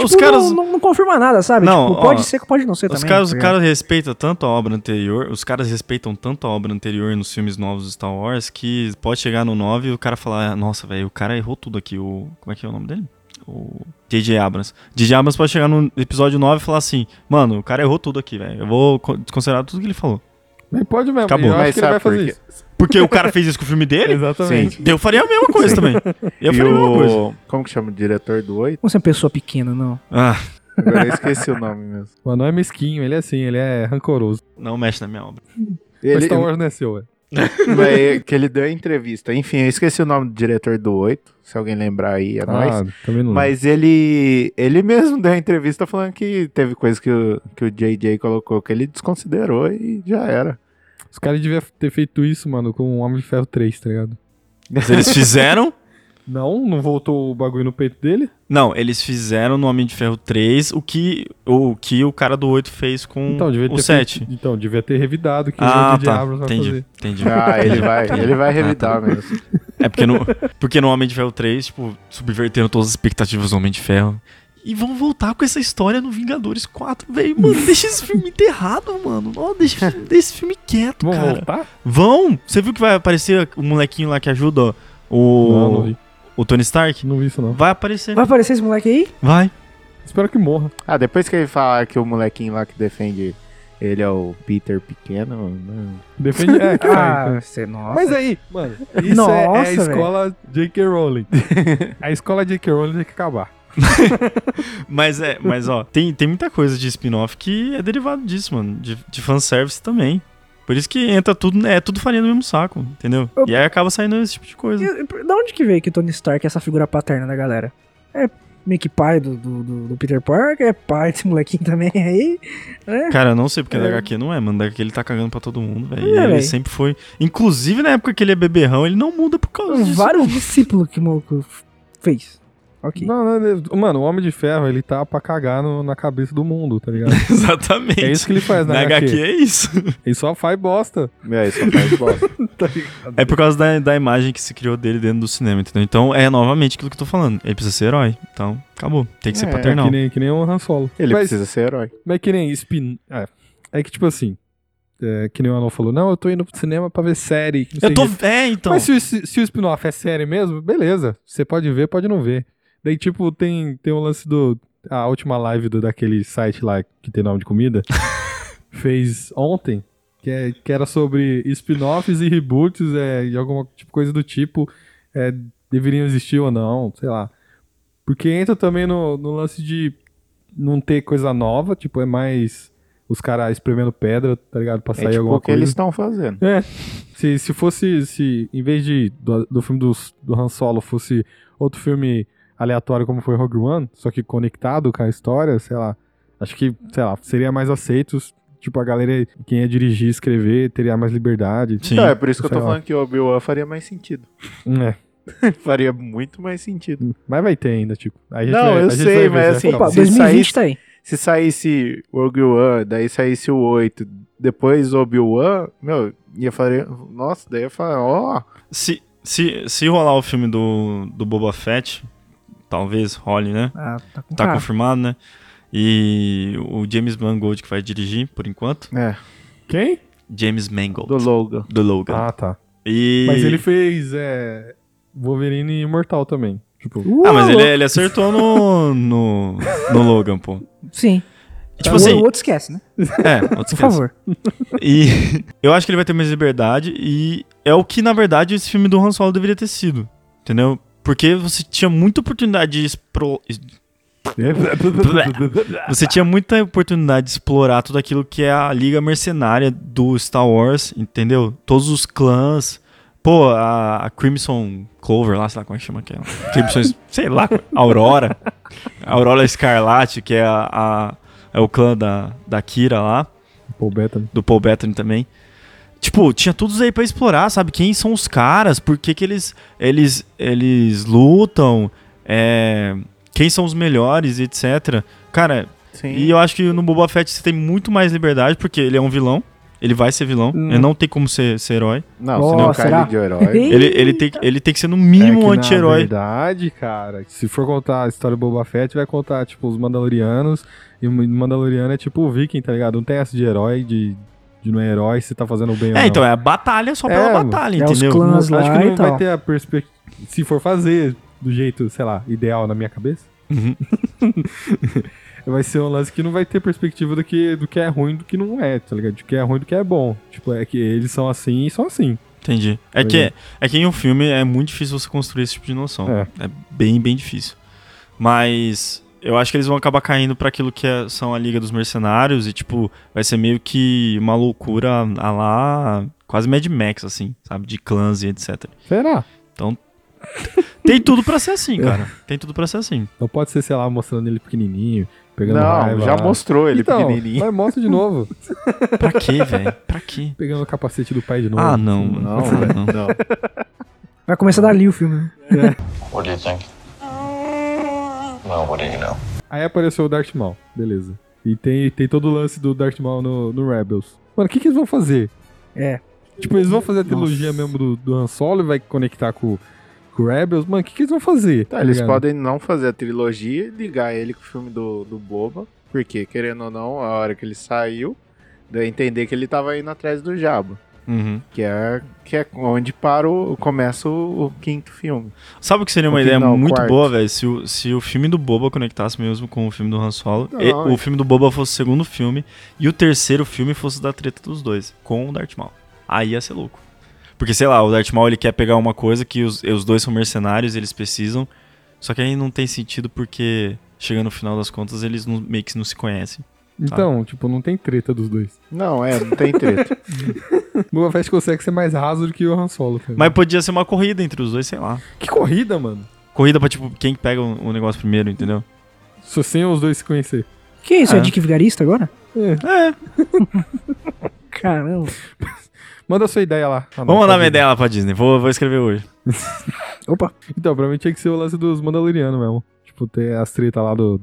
Os Tipo, caras. não, não, não confirma nada, sabe? Não, tipo, ó, pode ser que pode não ser Os também. caras, os tá caras respeitam tanto a obra anterior, os caras respeitam tanto a obra anterior nos filmes novos do Star Wars que pode chegar no 9 e o cara falar, nossa, velho, o cara errou tudo aqui, o... Como é que é o nome dele? O DJ Abrams. DJ Abrams pode chegar no episódio 9 e falar assim, mano, o cara errou tudo aqui, velho, eu vou co- desconsiderar tudo que ele falou. Mas pode mesmo. Acabou. Eu Mas acho que ele vai fazer isso. Porque o cara fez isso com o filme dele, Exatamente. eu faria a mesma coisa também. Eu e faria a mesma coisa. o... Como que chama o diretor do Oito? Não ser uma pessoa pequena, não. Ah, Agora eu esqueci o nome mesmo. O anão é mesquinho, ele é assim, ele é rancoroso. não mexe na minha obra. Mas tá Ele, um Star Wars não é seu, velho. mas é que ele deu a entrevista. Enfim, eu esqueci o nome do diretor do Oito. Se alguém lembrar aí, é Ah, nóis. também não. Mas ele, ele mesmo deu a entrevista falando que teve coisa que o, que o JJ colocou que ele desconsiderou e já era. Os caras deviam ter feito isso, mano, com o Homem de Ferro 3, tá ligado? Mas eles fizeram... Não, não voltou o bagulho no peito dele? Não, eles fizeram no Homem de Ferro 3 o que o, que o cara do 8 fez com Então, devia o ter 7. feito- Então, devia ter revidado que Ah, o DJ tá. Abrams vai Entendi, fazer. entendi. Ah, ele vai, ele vai tá. revidar mesmo. É porque no, porque no Homem de Ferro 3, tipo, subverteram todas as expectativas do Homem de Ferro. E vão voltar com essa história no Vingadores 4, velho. Mano, deixa esse filme enterrado, mano. Ó, deixa, esse filme- deixa esse filme quieto, Vamos cara. voltar? Vão! Você viu que vai aparecer o molequinho lá que ajuda o, Não, não vi. o Tony Stark? Não vi isso, não. Vai aparecer. Vai aparecer esse moleque aí? Vai. Espero que morra. Ah, depois que ele falar que o molequinho lá que defende ele é o Peter Pequeno, né? Defende. É, que vai, Ah, você, nossa. Mas é- aí, mano, isso é- é, a Nossa, escola J.K. Rowling. a escola J.K. Rowling tem que acabar. Mas é, mas ó, tem, tem muita coisa de spin-off que é derivado disso, mano. De, de fanservice também. Por isso que entra tudo, né, é tudo farinha do mesmo saco, entendeu? E aí acaba saindo esse tipo de coisa. E- e por- Da onde que veio que o Tony Stark é essa figura paterna da galera? É meio que pai do, do, do- do Peter Parker, é pai desse molequinho também aí. né? Cara, eu não sei porque É. da HQ não é, mano. Da HQ ele tá cagando pra todo mundo, velho. É, E ele velho. sempre foi. Inclusive na época que ele é beberrão, ele não muda por causa disso. Vários discípulos que o maluco f- fez. Ok. Não, não, ele- mano, o Homem de Ferro, ele tá pra cagar no- na cabeça do mundo, tá ligado? Exatamente. É isso que ele faz na, na HQ. é isso. Ele só faz bosta. É, isso faz bosta. É por causa da, da imagem que se criou dele dentro do cinema, entendeu? Então é novamente aquilo que eu tô falando. Ele precisa ser herói. Então, acabou. Tem que ser É, paternal. Que nem, que nem o Han Solo. Ele Mas- precisa ser herói. Mas que nem spin. É, é que tipo assim. é, que nem o Anão falou, não, eu tô indo pro cinema pra ver série. que Eu não sei tô. o quê." É, então. Mas se, o- se- se o spin-off é série mesmo, beleza. Você pode ver, pode não ver. Daí, tipo, tem, tem um lance do. A última live do, daquele site lá que tem nome de comida. fez ontem. Que, é- que era sobre spin-offs e reboots é, e alguma tipo, coisa do tipo. é, deveriam existir ou não, sei lá. Porque entra também no, no lance de não ter coisa nova, tipo, é mais os caras espremendo pedra, tá ligado? Pra sair é tipo alguma o que coisa. eles estão fazendo. É. Se, se fosse. Se, em vez de do, do filme dos- do Han Solo fosse outro filme aleatório como foi Rogue One, só que conectado com a história, sei lá. Acho que, sei lá, seria mais aceito. Tipo, a galera, quem ia dirigir, escrever, teria mais liberdade. Sim. Então, é por isso que eu tô Sei lá. falando que o Obi-Wan faria mais sentido. É. faria muito mais sentido. Mas vai ter ainda, tipo. Aí a gente Não, vai- eu a gente sei, vai ver, né? mas se vai assim, acabar. Opa, se 2020 saísse- tá aí. Se saísse Rogue One, daí saísse o 8, depois Obi-Wan, meu, ia fazer. Nossa, daí ia falar, ó. Se, se, se rolar o filme do, do Boba Fett, talvez role, né? Ah, tá com Tá cara. confirmado, né? E o James Mangold que vai dirigir, por enquanto. É, Quem? James Mangold. do Logan. do Logan. Ah, tá. E... Mas ele fez é, Wolverine Imortal também. Tipo, Ah, mas Uau, ele, ele acertou no, no, no Logan, pô. Sim. Tipo o, assim, o outro esquece, né? é, outro Por esquece. favor. E eu acho que ele vai ter mais liberdade e é o que, na verdade, esse filme do Han Solo deveria ter sido, entendeu? Porque você tinha muita oportunidade de expro... Você tinha muita oportunidade de explorar tudo aquilo que é a liga mercenária do Star Wars, entendeu? Todos os clãs. Pô, a, a Crimson Clover lá, sei lá como é que chama aquela. Crimson, sei lá, Aurora. Aurora Escarlate, que é, a, a- é o clã da, da Kira lá, Paul Bettany. do Paul Bettany também. Tipo, tinha todos aí pra explorar, sabe? Quem são os caras, por que, que eles, eles, eles lutam, é, quem são os melhores, etc. Cara, Sim. e eu acho que no Boba Fett você tem muito mais liberdade, porque ele é um vilão. Ele vai ser vilão. Hum. Ele não tem como ser, ser herói. Não, Nossa, se não cai será? ele de herói. Ele, ele, tem, ele tem que ser, no É mínimo, que, um na anti-herói. verdade, cara, se for contar a história do Boba Fett, vai contar, tipo, os Mandalorianos. E o Mandaloriano é tipo o Viking, tá ligado? Não tem essa de herói, de, de não é herói, se tá fazendo bem ou É, não. então é a batalha só pela É, mano. batalha, É os entendeu? clãs. Não- Mas acho que lá e não vai então. tal. ter a perspectiva. Se for fazer do jeito, sei lá, ideal na minha cabeça, Uhum. vai ser um lance que não vai ter perspectiva do que, do que é ruim do que não é, tá ligado? Do que é ruim do que é bom. Tipo, é que eles são assim e são assim. Entendi. É Pois que, é. é que em um filme é muito difícil você construir esse tipo de noção. É. É, bem, bem difícil. Mas eu acho que eles vão acabar caindo pra aquilo que é- são a Liga dos Mercenários e, tipo, vai ser meio que uma loucura a lá, quase Mad Max, assim, sabe? De clãs e etc. Será? Tem tudo pra ser assim, cara. Tem tudo pra ser assim. Não Então pode ser, sei lá, mostrando ele pequenininho, pegando Não, raiva já lá. mostrou ele então, pequenininho. Mas mostra de novo. Pra quê, velho? Pra quê? Pegando o capacete do pai de novo. Ah, não. mano. Não, Ah, velho, não. não. Vai começar dali o filme, né? What do you think? Well, what do you know? Aí apareceu o Darth Maul, beleza. E tem, tem todo o lance do Darth Maul no, no Rebels. Mano, o que, que eles vão fazer? É. Tipo, eles vão fazer a trilogia mesmo do, do Han Solo e vai conectar com, com o Rebels? Mano, o que, que eles vão fazer? Tá, eles ligado? podem não fazer a trilogia e ligar ele com o filme do, do Boba, porque, querendo ou não, a hora que ele saiu, deu a entender que ele tava indo atrás do Jabba, Uhum. que é, que é onde para o, começa o, o quinto filme. Sabe o que seria uma O ideia final, muito quarto. boa, velho? Se o, se o filme do Boba conectasse mesmo com o filme do Han Solo, Não, e- é. o filme do Boba fosse o segundo filme e o terceiro filme fosse da treta dos dois, com o Darth Maul. Aí ia ser louco. Porque, sei lá, o Darth Maul ele quer pegar uma coisa que os, os dois são mercenários, eles precisam, só que aí não tem sentido porque, chegando no final das contas, eles não- meio que não se conhecem. Então, Ah. tipo, não tem treta dos dois. Não, é, não tem treta. Boba Fett consegue ser mais raso do que o Han Solo. cara. Mas podia ser uma corrida entre os dois, sei lá. que corrida, mano. corrida pra, tipo, quem pega o, o negócio primeiro, entendeu? Só sem os dois se conhecer. Que isso? É, É. Dick Vigarista agora? É, Caramba. Manda sua ideia lá. Ah, não, vamos mandar pode- minha ideia lá pra Disney. Vou, vou escrever hoje. Opa. Então, pra mim tinha que ser o lance dos Mandalorianos mesmo. Tipo, ter as treta lá do,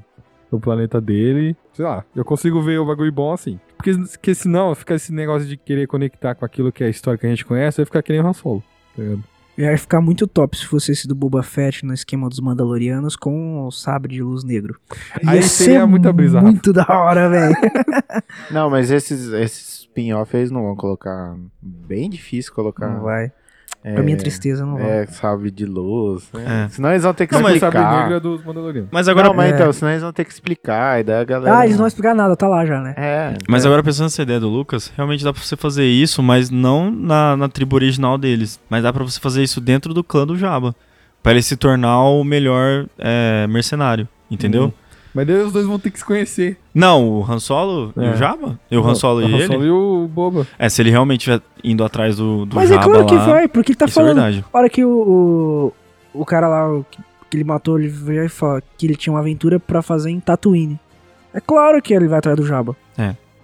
do planeta dele. Sei lá, eu consigo ver o bagulho bom assim. Porque, porque senão fica esse negócio de querer conectar com aquilo que é a história que a gente conhece, vai ficar que nem o Han Solo. tá ligado? Ia ficar muito top se fosse esse do Boba Fett no esquema dos Mandalorianos com o sabre de luz negro. Aí seria muita brisa, Rafa. Muito da hora, velho. Não, mas esses, esses spin-off eles não vão colocar. Bem difícil colocar. Não vai. É, Pra minha tristeza, não vai. É, sabre de luz. Né? É. Senão eles vão ter que Não, mas O sabre explicar. negro é dos Mandalorianos. Mas Agora, agora, não, mas É. então, senão eles vão ter que explicar. E daí a galera. Ah, eles não vão explicar nada, tá lá já, né? É. mas é. agora pensando nessa ideia do Lucas, realmente dá pra você fazer isso, mas não na, na tribo original deles. Mas dá pra você fazer isso dentro do clã do Jabba. Pra ele se tornar o melhor é, mercenário, entendeu? Mas daí os dois vão ter que se conhecer. Não, o Han Solo e É. o Jabba? E o Han Solo e o ele? Han Solo e o Boba. É, se ele realmente estiver indo atrás do, do Mas é Jabba claro que lá, vai, porque ele tá isso é falando. verdade. A hora que o, o, o cara lá o que, que ele matou, ele veio e fala que ele tinha uma aventura pra fazer em Tatooine. É claro que ele vai atrás do Jabba.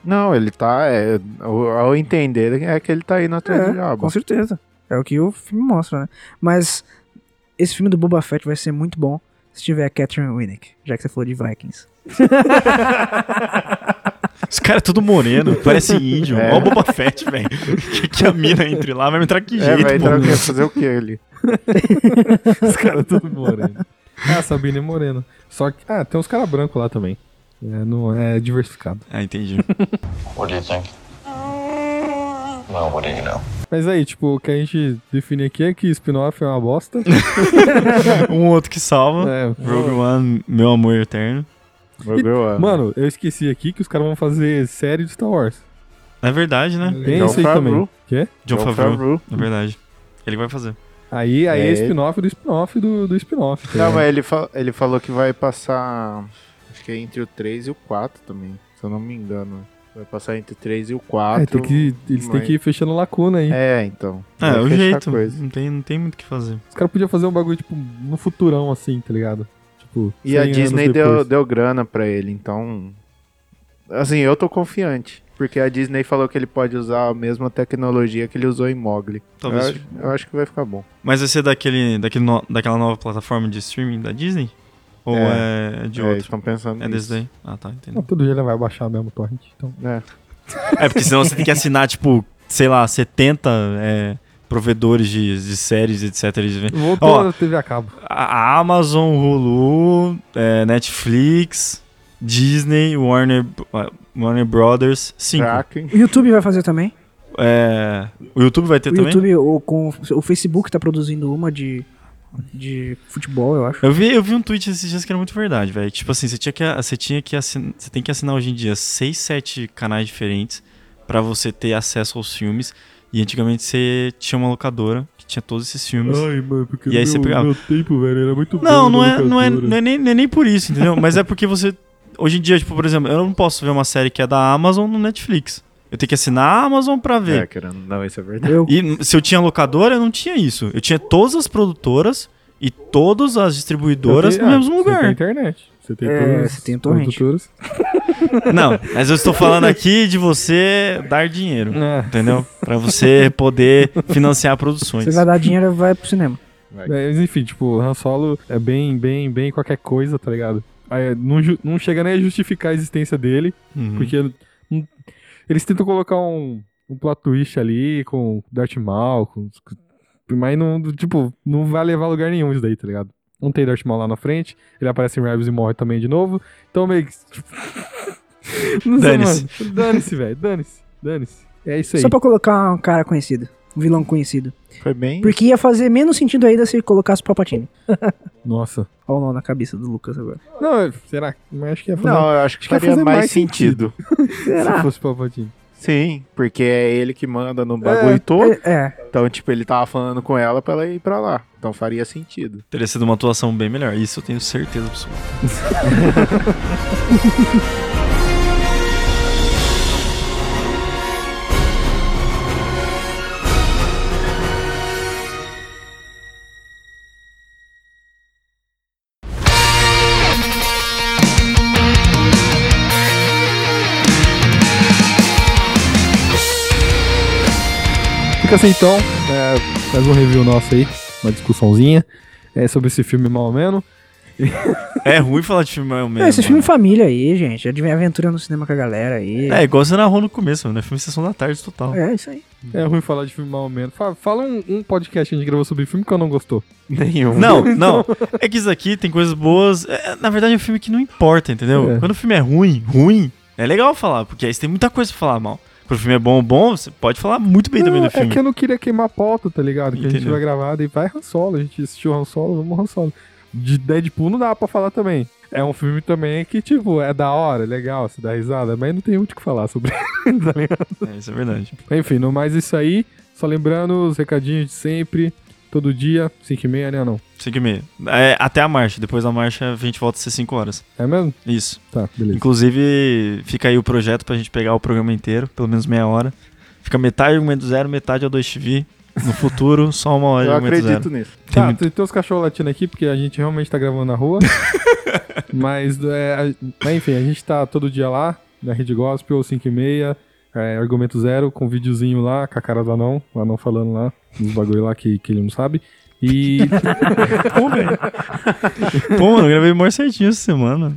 Não, ele tá. é, ao ao entender é que ele tá indo atrás do diabo. com certeza. É o que o filme mostra, né? Mas esse filme do Boba Fett vai ser muito bom se tiver a Catherine Winnick, já que você falou de Vikings. Esse cara é tudo moreno, parece índio. É. Ó o Boba Fett, velho. Que, que a mina entre lá, vai entrar que É, jeito, vai pô. entrar o quê? Fazer o quê ali? Os caras tudo moreno. Ah, Sabine é moreno. Só que. Ah, tem uns caras brancos lá também. É, não, é diversificado. Ah, entendi. What do you think? No, what do you know? Mas aí, tipo, o que a gente define aqui é que spin-off é uma bosta. um outro que salva. é, Rogue One, meu amor eterno. Bagulho, Mano, eu esqueci aqui que os caras vão fazer série de Star Wars. É verdade, né? Tem John isso aí Favreau. também. Quê? John John Favreau. Favreau. É verdade. Ele vai fazer. Aí, aí é, É. spin-off do spin-off do, do spin-off. tá Não, ligado? mas ele, fa- ele falou que vai passar. Acho que é entre o 3 e o 4 também, se eu não me engano. Vai passar entre o 3 e o Ah, 4. tem que, eles têm mas- que ir fechando lacuna aí. É, então. É, Vai é o fechar jeito. coisa. Não tem, não tem muito o que fazer. Os caras podiam fazer um bagulho, tipo, no futurão, assim, tá ligado? Tipo, E a 100 anos Disney deu, depois. deu grana pra ele, então. Assim, eu tô confiante. Porque a Disney falou que ele pode usar a mesma tecnologia que ele usou em Mogli. Talvez. Eu, acho- eu acho que vai ficar bom. Mas vai ser daquele, daquele no- daquela nova plataforma de streaming da Disney? Ou é, de é, eles outro? estão pensando É, desse nisso. daí? Ah, tá, Não, entendi. todo dia ele vai baixar mesmo o torrent, então... É. É, porque senão você tem que assinar, tipo, sei lá, 70 é, provedores de, de séries, etc. de- Voltou Ó. a TV a cabo. A a Amazon, Hulu, é, Netflix, Disney, Warner, Warner Brothers, cinco. Kraken. O YouTube vai fazer também. É, o YouTube vai ter o também? YouTube, ou com o Facebook tá produzindo uma de, de futebol, eu acho. Eu vi, eu vi um tweet esses dias que era muito verdade, velho. Tipo assim, você tinha que, você tinha que assinar, você tem que assinar hoje em dia 6, 7 canais diferentes pra você ter acesso aos filmes. E antigamente você tinha uma locadora que tinha todos esses filmes. mano, porque E aí meu- você pegava. meu tempo, velho, era muito Não, não é, não, é, não, é nem, não é nem por isso, entendeu? Mas é porque você. Hoje em dia, tipo, por exemplo, eu não posso ver uma série que é da Amazon no Netflix. Eu tenho que assinar a Amazon pra É, ver. querendo. Não, isso é verdade. Eu, E se eu tinha locadora, eu não tinha isso. Eu tinha todas as produtoras e todas as distribuidoras no ah, mesmo Você ah, tem lugar. internet. Você tem É, todas você tem o as torrent. produtoras. Não, mas eu estou falando aqui de você dar dinheiro, É, entendeu? Pra você poder financiar produções. você vai dar dinheiro vai pro cinema. É, mas enfim, tipo, Han Solo é bem, bem, bem qualquer coisa, tá ligado? Aí, não, ju- não chega nem a justificar a existência dele, Uhum. Hum. porque ele- não- eles tentam colocar um, um plot twist ali com Darth Maul, com, com- mas não, tipo, não vai levar a lugar nenhum isso daí, tá ligado? Não tem Darth Maul lá na frente, ele aparece em Rebels e morre também de novo, então meio que... Não sei, Dane-se. mano. Dane-se, velho, dane-se, dane-se. É isso aí. Só pra colocar um cara conhecido, um vilão conhecido. Foi bem. Porque ia fazer menos sentido ainda se ele colocasse o Palpatine. Nossa. Olha o nó na cabeça do Lucas agora. Não, eu- será? Mas acho que ia fazer. Não, eu acho que Acho que ia faria fazer mais, mais sentido. se fosse Palpatine. Sim, porque é ele que manda no bagulho É. todo. É, Então, tipo, ele tava falando com ela pra ela ir pra lá. Então faria sentido. Teria sido uma atuação bem melhor. Isso eu tenho certeza absoluta. Fica assim então, é, mais um review nosso aí, uma discussãozinha é, sobre esse filme mal ou menos. É ruim falar de filme mesmo. É, esse mano. filme família aí, gente. É Admi- Aventura no cinema com a galera aí. É, igual você narrou no começo, mano. É filme Sessão da Tarde total. É, isso aí. É ruim falar de filme mal ou menos. Fala, fala um, um podcast que a gente gravou sobre filme que eu não gostou. Nenhum. Não, não. É que isso aqui tem coisas boas. É, na verdade, é um filme que não importa, entendeu? É. Quando o filme é ruim, ruim, é legal falar, porque aí você tem muita coisa pra falar mal. Quando o filme é bom, bom, você pode falar muito bem também Não, do é filme. que eu não queria queimar a pauta, tá ligado? Que a gente Entendeu. vai gravar, daí vai Han Solo, a gente assistiu Han Solo, vamos Han Solo. De Deadpool não dá pra falar também. É um filme também que, tipo, é da hora, é legal, você dá risada, mas não tem muito o que falar sobre ele, tá ligado? É, isso é verdade. Enfim, no mais isso aí, só lembrando os recadinhos de sempre, todo dia, 5 e meia, né, não? 5 e meia. É, até a marcha. Depois da marcha, a gente volta a ser 5 horas. É mesmo? Isso. Tá, beleza. Inclusive, fica aí o projeto pra gente pegar o programa inteiro, pelo menos meia hora. Fica metade Argumento Zero, metade ao 2TV. No futuro, só uma hora de Eu Argumento acredito Zero. nisso. Tem tá, muito- tem, tem os cachorros latindo aqui, porque a gente realmente tá gravando na rua. mas, é, a- enfim, a gente tá todo dia lá, na Rede Gospel, 5 e meia, é, Argumento Zero, com videozinho lá, com a cara do anão, o anão falando lá, uns bagulho lá que, que ele não sabe. E Pô, mano, eu gravei o maior certinho essa semana.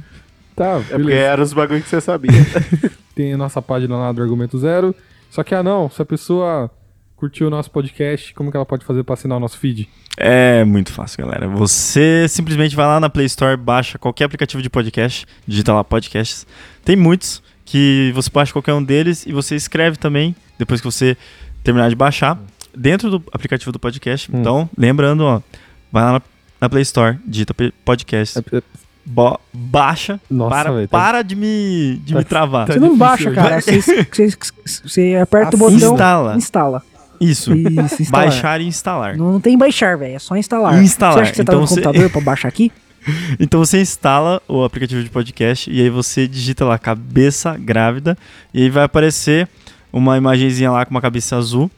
tá, É porque beleza. eram os bagulho que você sabia. é- Tem a nossa página lá do Argumento Zero. Só que, ah, não, se a pessoa curtiu o nosso podcast, como que ela pode fazer pra assinar o nosso feed? É muito fácil, galera. Você simplesmente vai lá na Play Store, baixa qualquer aplicativo de podcast, digita lá podcasts. Tem muitos que você baixa qualquer um deles e você escreve também, depois que você terminar de baixar, dentro do aplicativo do podcast. Hum. Então, lembrando, ó, vai lá na, na Play Store, digita pe- podcast, bo- baixa, É, Nossa, para, velho, tá- para de me, de tá- me travar. tá Você não difícil baixa, hoje. cara. Você- Você você aperta o Assista. botão. Instala. Instala. Isso, Isso, instalar. baixar e instalar. Não, não tem baixar, velho. É só instalar. Instalar. Você acha que você tá Então no você- computador pra baixar aqui? Então você instala o aplicativo de podcast e aí você digita lá cabeça grávida e aí vai aparecer uma imagenzinha lá com uma cabeça azul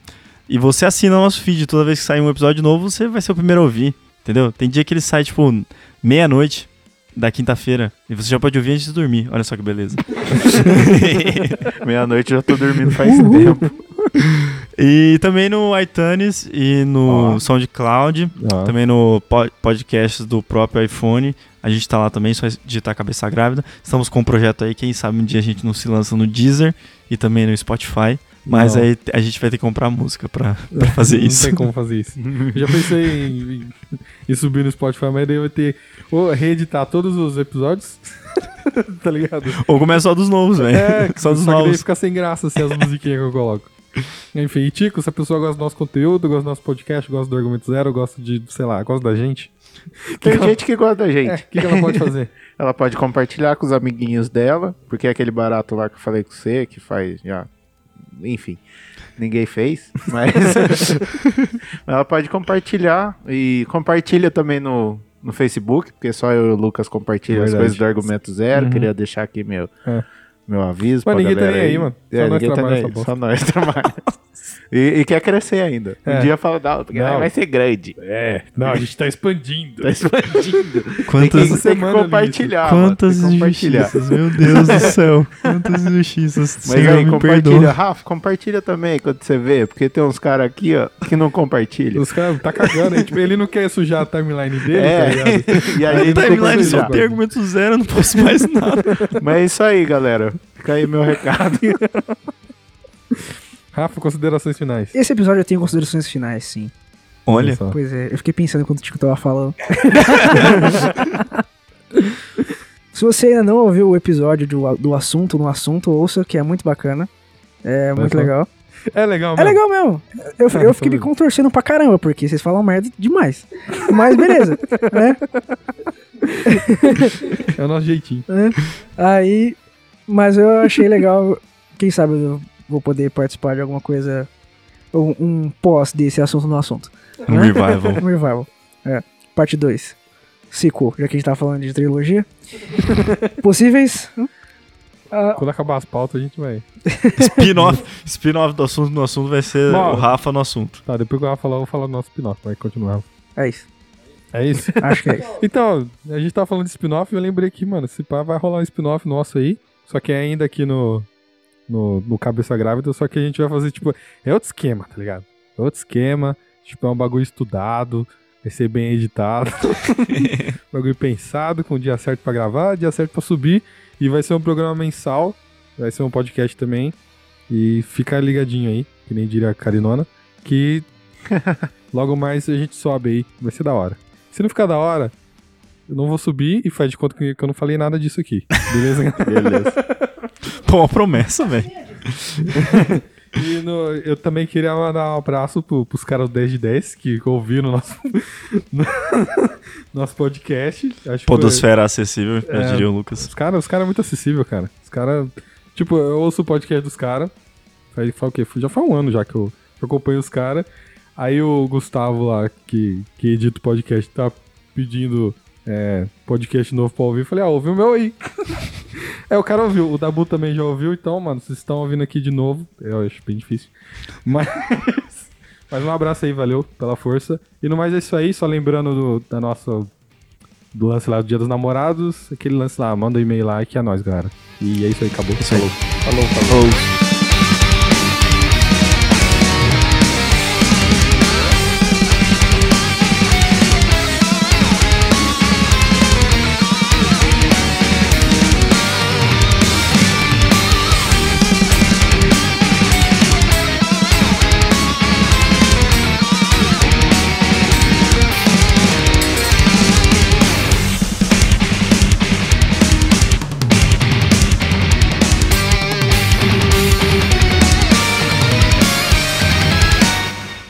e você assina o nosso feed. Toda vez que sair um episódio novo, você vai ser o primeiro a ouvir, entendeu? Tem dia que ele sai tipo meia-noite da quinta-feira e você já pode ouvir antes de dormir. Olha só que beleza. Meia-noite eu já tô dormindo faz tempo. e também no iTunes e no SoundCloud. Ah, Também no po- podcast do próprio iPhone. A gente tá lá também, só digitar cabeça grávida. Estamos com um projeto aí, quem sabe um dia a gente não se lança no Deezer e também no Spotify. Mas Não. aí a gente vai ter que comprar música pra, pra fazer não isso. tem como fazer isso. Eu já pensei em, em- em subir no Spotify, mas daí vai ter ou reeditar todos os episódios. tá ligado? Ou começa só dos novos, velho. só dos É, que daí novos. fica sem graça assim, as musiquinhas que eu coloco. Enfim, e Tico, se a pessoa gosta do nosso conteúdo, gosta do nosso podcast, gosta do Argumento Zero, gosta de, sei lá, gosta da gente, é, Tem gente que gosta da o gente. que, que ela pode fazer? Ela pode compartilhar com os amiguinhos dela, porque é aquele barato lá que eu falei com você, que faz já. Enfim, ninguém fez, mas. ela pode compartilhar e compartilha também no, no Facebook, porque só eu e o Lucas compartilham as Verdade. coisas do Argumento Uhum. Zero. Queria deixar aqui meu, É. meu aviso. Mas pra ninguém tá galera nem aí, mano. Só É, nós ninguém tá trabalha nem essa aí, bosta. Só nós trabalha. E, e quer crescer ainda. É. Um dia fala, não, porque Não. vai ser grande. É, não, a gente tá expandindo. Tá expandindo. Quantas, tem que, tem que semana, compartilhar. mano, quantas tem que compartilhar. injustiças, meu Deus do céu. Quantas injustiças. Mas Senhor, aí, me compartilha. perdoa. Rafa, compartilha também quando você vê, porque tem uns caras aqui, ó, que não compartilham. Os caras tá cagando, hein? Tipo, ele não quer sujar a timeline dele, tá ligado? É, e aí A não tem que timeline só sujar. tem argumento zero, eu não posso mais nada. Mas é isso aí, galera. Fica aí meu recado. Rafa, considerações finais. Esse episódio eu tenho considerações finais, sim. Olha, só. Pois é, eu fiquei pensando enquanto o Tico tava falando. Se você ainda não ouviu o episódio do, do assunto no assunto, ouça, que é muito bacana. É Vai muito só. legal. É legal, É mesmo. legal mesmo. Eu, Ah, eu fiquei me então- contorcendo pra caramba, porque vocês falam merda demais. Mas beleza, né? É o nosso jeitinho. Aí. Mas eu achei legal. Quem sabe eu vou poder participar de alguma coisa. ou Um, pós desse assunto no assunto. um revival. Um revival. É. Parte 2. Sequel, já que a gente tava falando de trilogia. Possíveis. Ah, Quando acabar as pautas, a gente vai. Spin-off spin do assunto no assunto vai ser Bom. o Rafa no assunto. Tá, depois que eu falar, eu vou falar do nosso spin-off, vai continuar. é isso. É isso? Acho que é isso. então, a gente tava falando de spin-off e eu lembrei que, mano, se pá, vai rolar um spin-off nosso aí, só que é ainda aqui no, no, no Cabeça Grávida, só que a gente vai fazer, tipo, é outro esquema, tá ligado? é outro esquema. Tipo, é um bagulho estudado, vai ser bem editado. bagulho pensado, com o dia certo pra gravar, dia certo pra subir. E vai ser um programa mensal, vai ser um podcast também. E fica ligadinho aí, que nem diria a Carinona, que logo mais a gente sobe aí, vai ser da hora. Se não ficar da hora, eu não vou subir e faz de conta que que eu não falei nada disso aqui. Beleza? Beleza. Pô, uma promessa, velho. E no- eu também queria mandar um abraço pro, pros caras do 10 de 10 que ouviram o nosso, nosso podcast. Acho que foi- Podosfera acessível, eu diria o Lucas. Os caras os cara é muito acessível, cara. Os caras. Tipo, eu ouço o podcast dos caras. Faz, faz o quê? Já faz um ano já que eu, que eu acompanho os caras. Aí o Gustavo lá, que, que edita o podcast, tá pedindo é, podcast novo pra ouvir. Eu Falei, ah, ouvi o meu aí. é, o cara ouviu. O Dabu também já ouviu, então, mano, vocês estão ouvindo aqui de novo. Eu acho bem difícil. Mas. Mas um abraço aí, valeu pela força. E no mais é isso aí, só lembrando do, da nossa do lance lá do Dia dos Namorados, aquele lance lá, manda um e-mail lá que é nóis, galera. E é isso aí, acabou. Falou. Falou, falou.